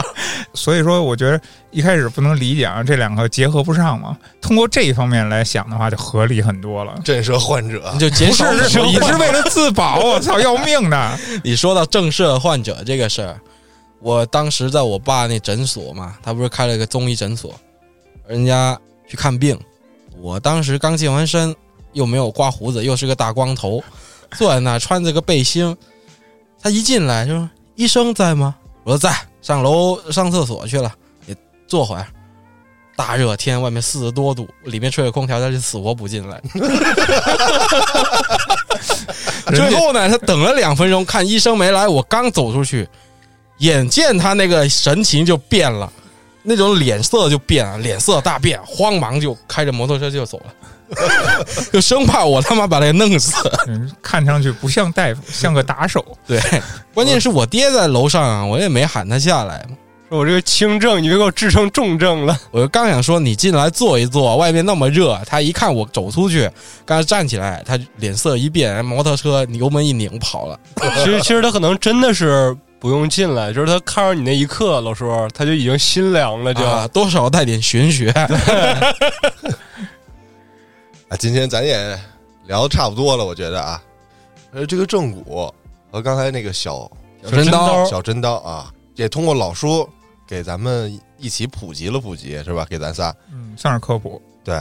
所以说，我觉得一开始不能理解啊，这两个结合不上嘛。通过这一方面来想的话，就合理很多了。震慑患者啊你，就减不少是，很多你意外是为了自保，我操，要命的！你说到正式患者这个事儿，我当时在我爸那诊所嘛，他不是开了个中医诊所，人家去看病，我当时刚健完身，又没有刮胡子，又是个大光头，坐在那儿穿着个背心，他一进来就说：“医生在吗？”我说在，上楼上厕所去了，你坐会儿。大热天，外面四十多度，里面吹着空调，他就死活不进来。最后呢，他等了两分钟，看医生没来，我刚走出去，眼见他那个神情就变了，那种脸色就变了，脸色大变，慌忙就开着摩托车就走了， 就生怕我他妈把他给弄死。嗯看上去不像大夫，像个打手。 对，关键是我爹在楼上啊，我也没喊他下来嘛。说我这个轻症，你就给我治成重症 了。我刚想说你进来坐一坐，外面那么热。他一看我走出去，刚站起来，他脸色一变，哎摩托车油门一拧跑了。其实其实他可能真的是不用进来，就是他看上你那一刻，老叔他就已经心凉了，就、啊，多少带点玄学。啊，今天咱也聊的差不多了，我觉得啊，呃，这个正骨和刚才那个小小针刀小针刀啊，也通过老叔给咱们一起普及了普及，是吧？给咱仨，嗯，算是科普。对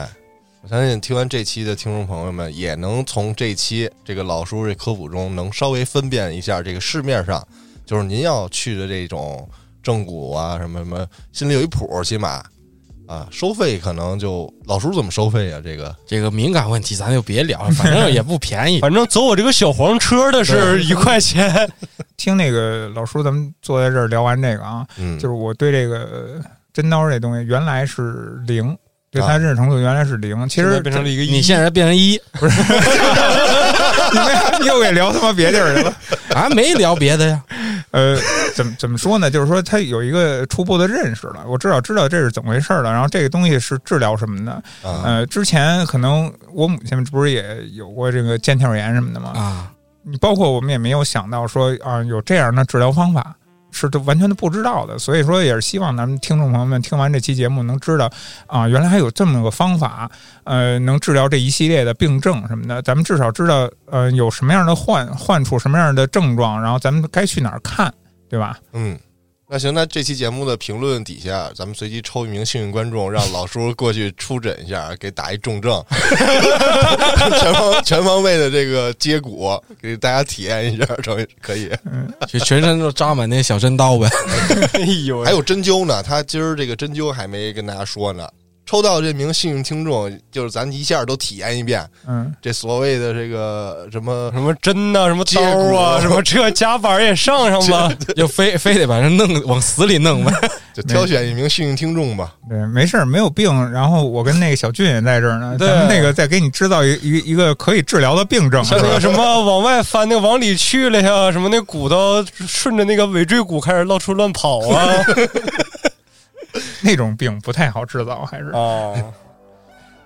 我相信听完这期的听众朋友们，也能从这期这个老叔这科普中，能稍微分辨一下这个市面上，就是您要去的这种正骨啊，什么什么，心里有一谱，起码啊，收费可能就老叔怎么收费啊？这个这个敏感问题咱就别聊了，反正也不便宜。反正走我这个小黄车的是一块钱，听那个老叔，咱们坐在这儿聊完这个啊，嗯，就是我对这个呃针刀这东西原来是零，对啊它认识程度原来是零。其现实在变成了一个你现在变成一你们 又给聊他妈别地儿去了。 啊，没聊别的呀，呃，怎么怎么说呢？就是说他有一个初步的认识了，我至少知道这是怎么回事儿了。然后这个东西是治疗什么的。啊，呃，之前可能我母亲不是也有过这个腱鞘炎什么的吗？啊，你包括我们也没有想到说啊，有这样的治疗方法。是都完全都不知道的。所以说，也是希望咱们听众朋友们听完这期节目能知道啊、原来还有这么个方法，呃，能治疗这一系列的病症什么的。咱们至少知道，呃，有什么样的患患处，什么样的症状，然后咱们该去哪儿看，对吧？嗯，那行，那这期节目的评论底下，咱们随机抽一名幸运观众，让老叔过去出诊一下， 给打一重症，全方全方位的这个接骨，给大家体验一下， 成为可以。就全身都扎满那小针刀呗。 哎呦喂，还有针灸呢，他今儿这个针灸还没跟大家说呢。抽到这名幸运听众，就是咱一下都体验一遍嗯，这所谓的这个什么 什么针呐、什么刀接骨 啊，什么这夹板儿也上上吧。 就非非得把人弄往死里弄呗。就挑选一名幸运听众吧。对，没事儿，没有病。然后我跟那个小俊也在这儿呢，对咱们那个再给你制造一一一个可以治疗的病症， 像那个是吧什么往外翻，那个往里去了呀，什么那骨头顺着那个尾椎骨开始到处乱跑 啊那种病不太好制造，还是啊！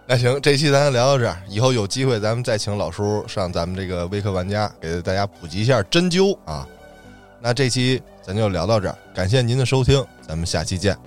那行，这期咱聊到这儿，以后有机会咱们再请老叔上咱们这个微课玩家，给大家普及一下针灸啊。那这期咱就聊到这儿，感谢您的收听，咱们下期见，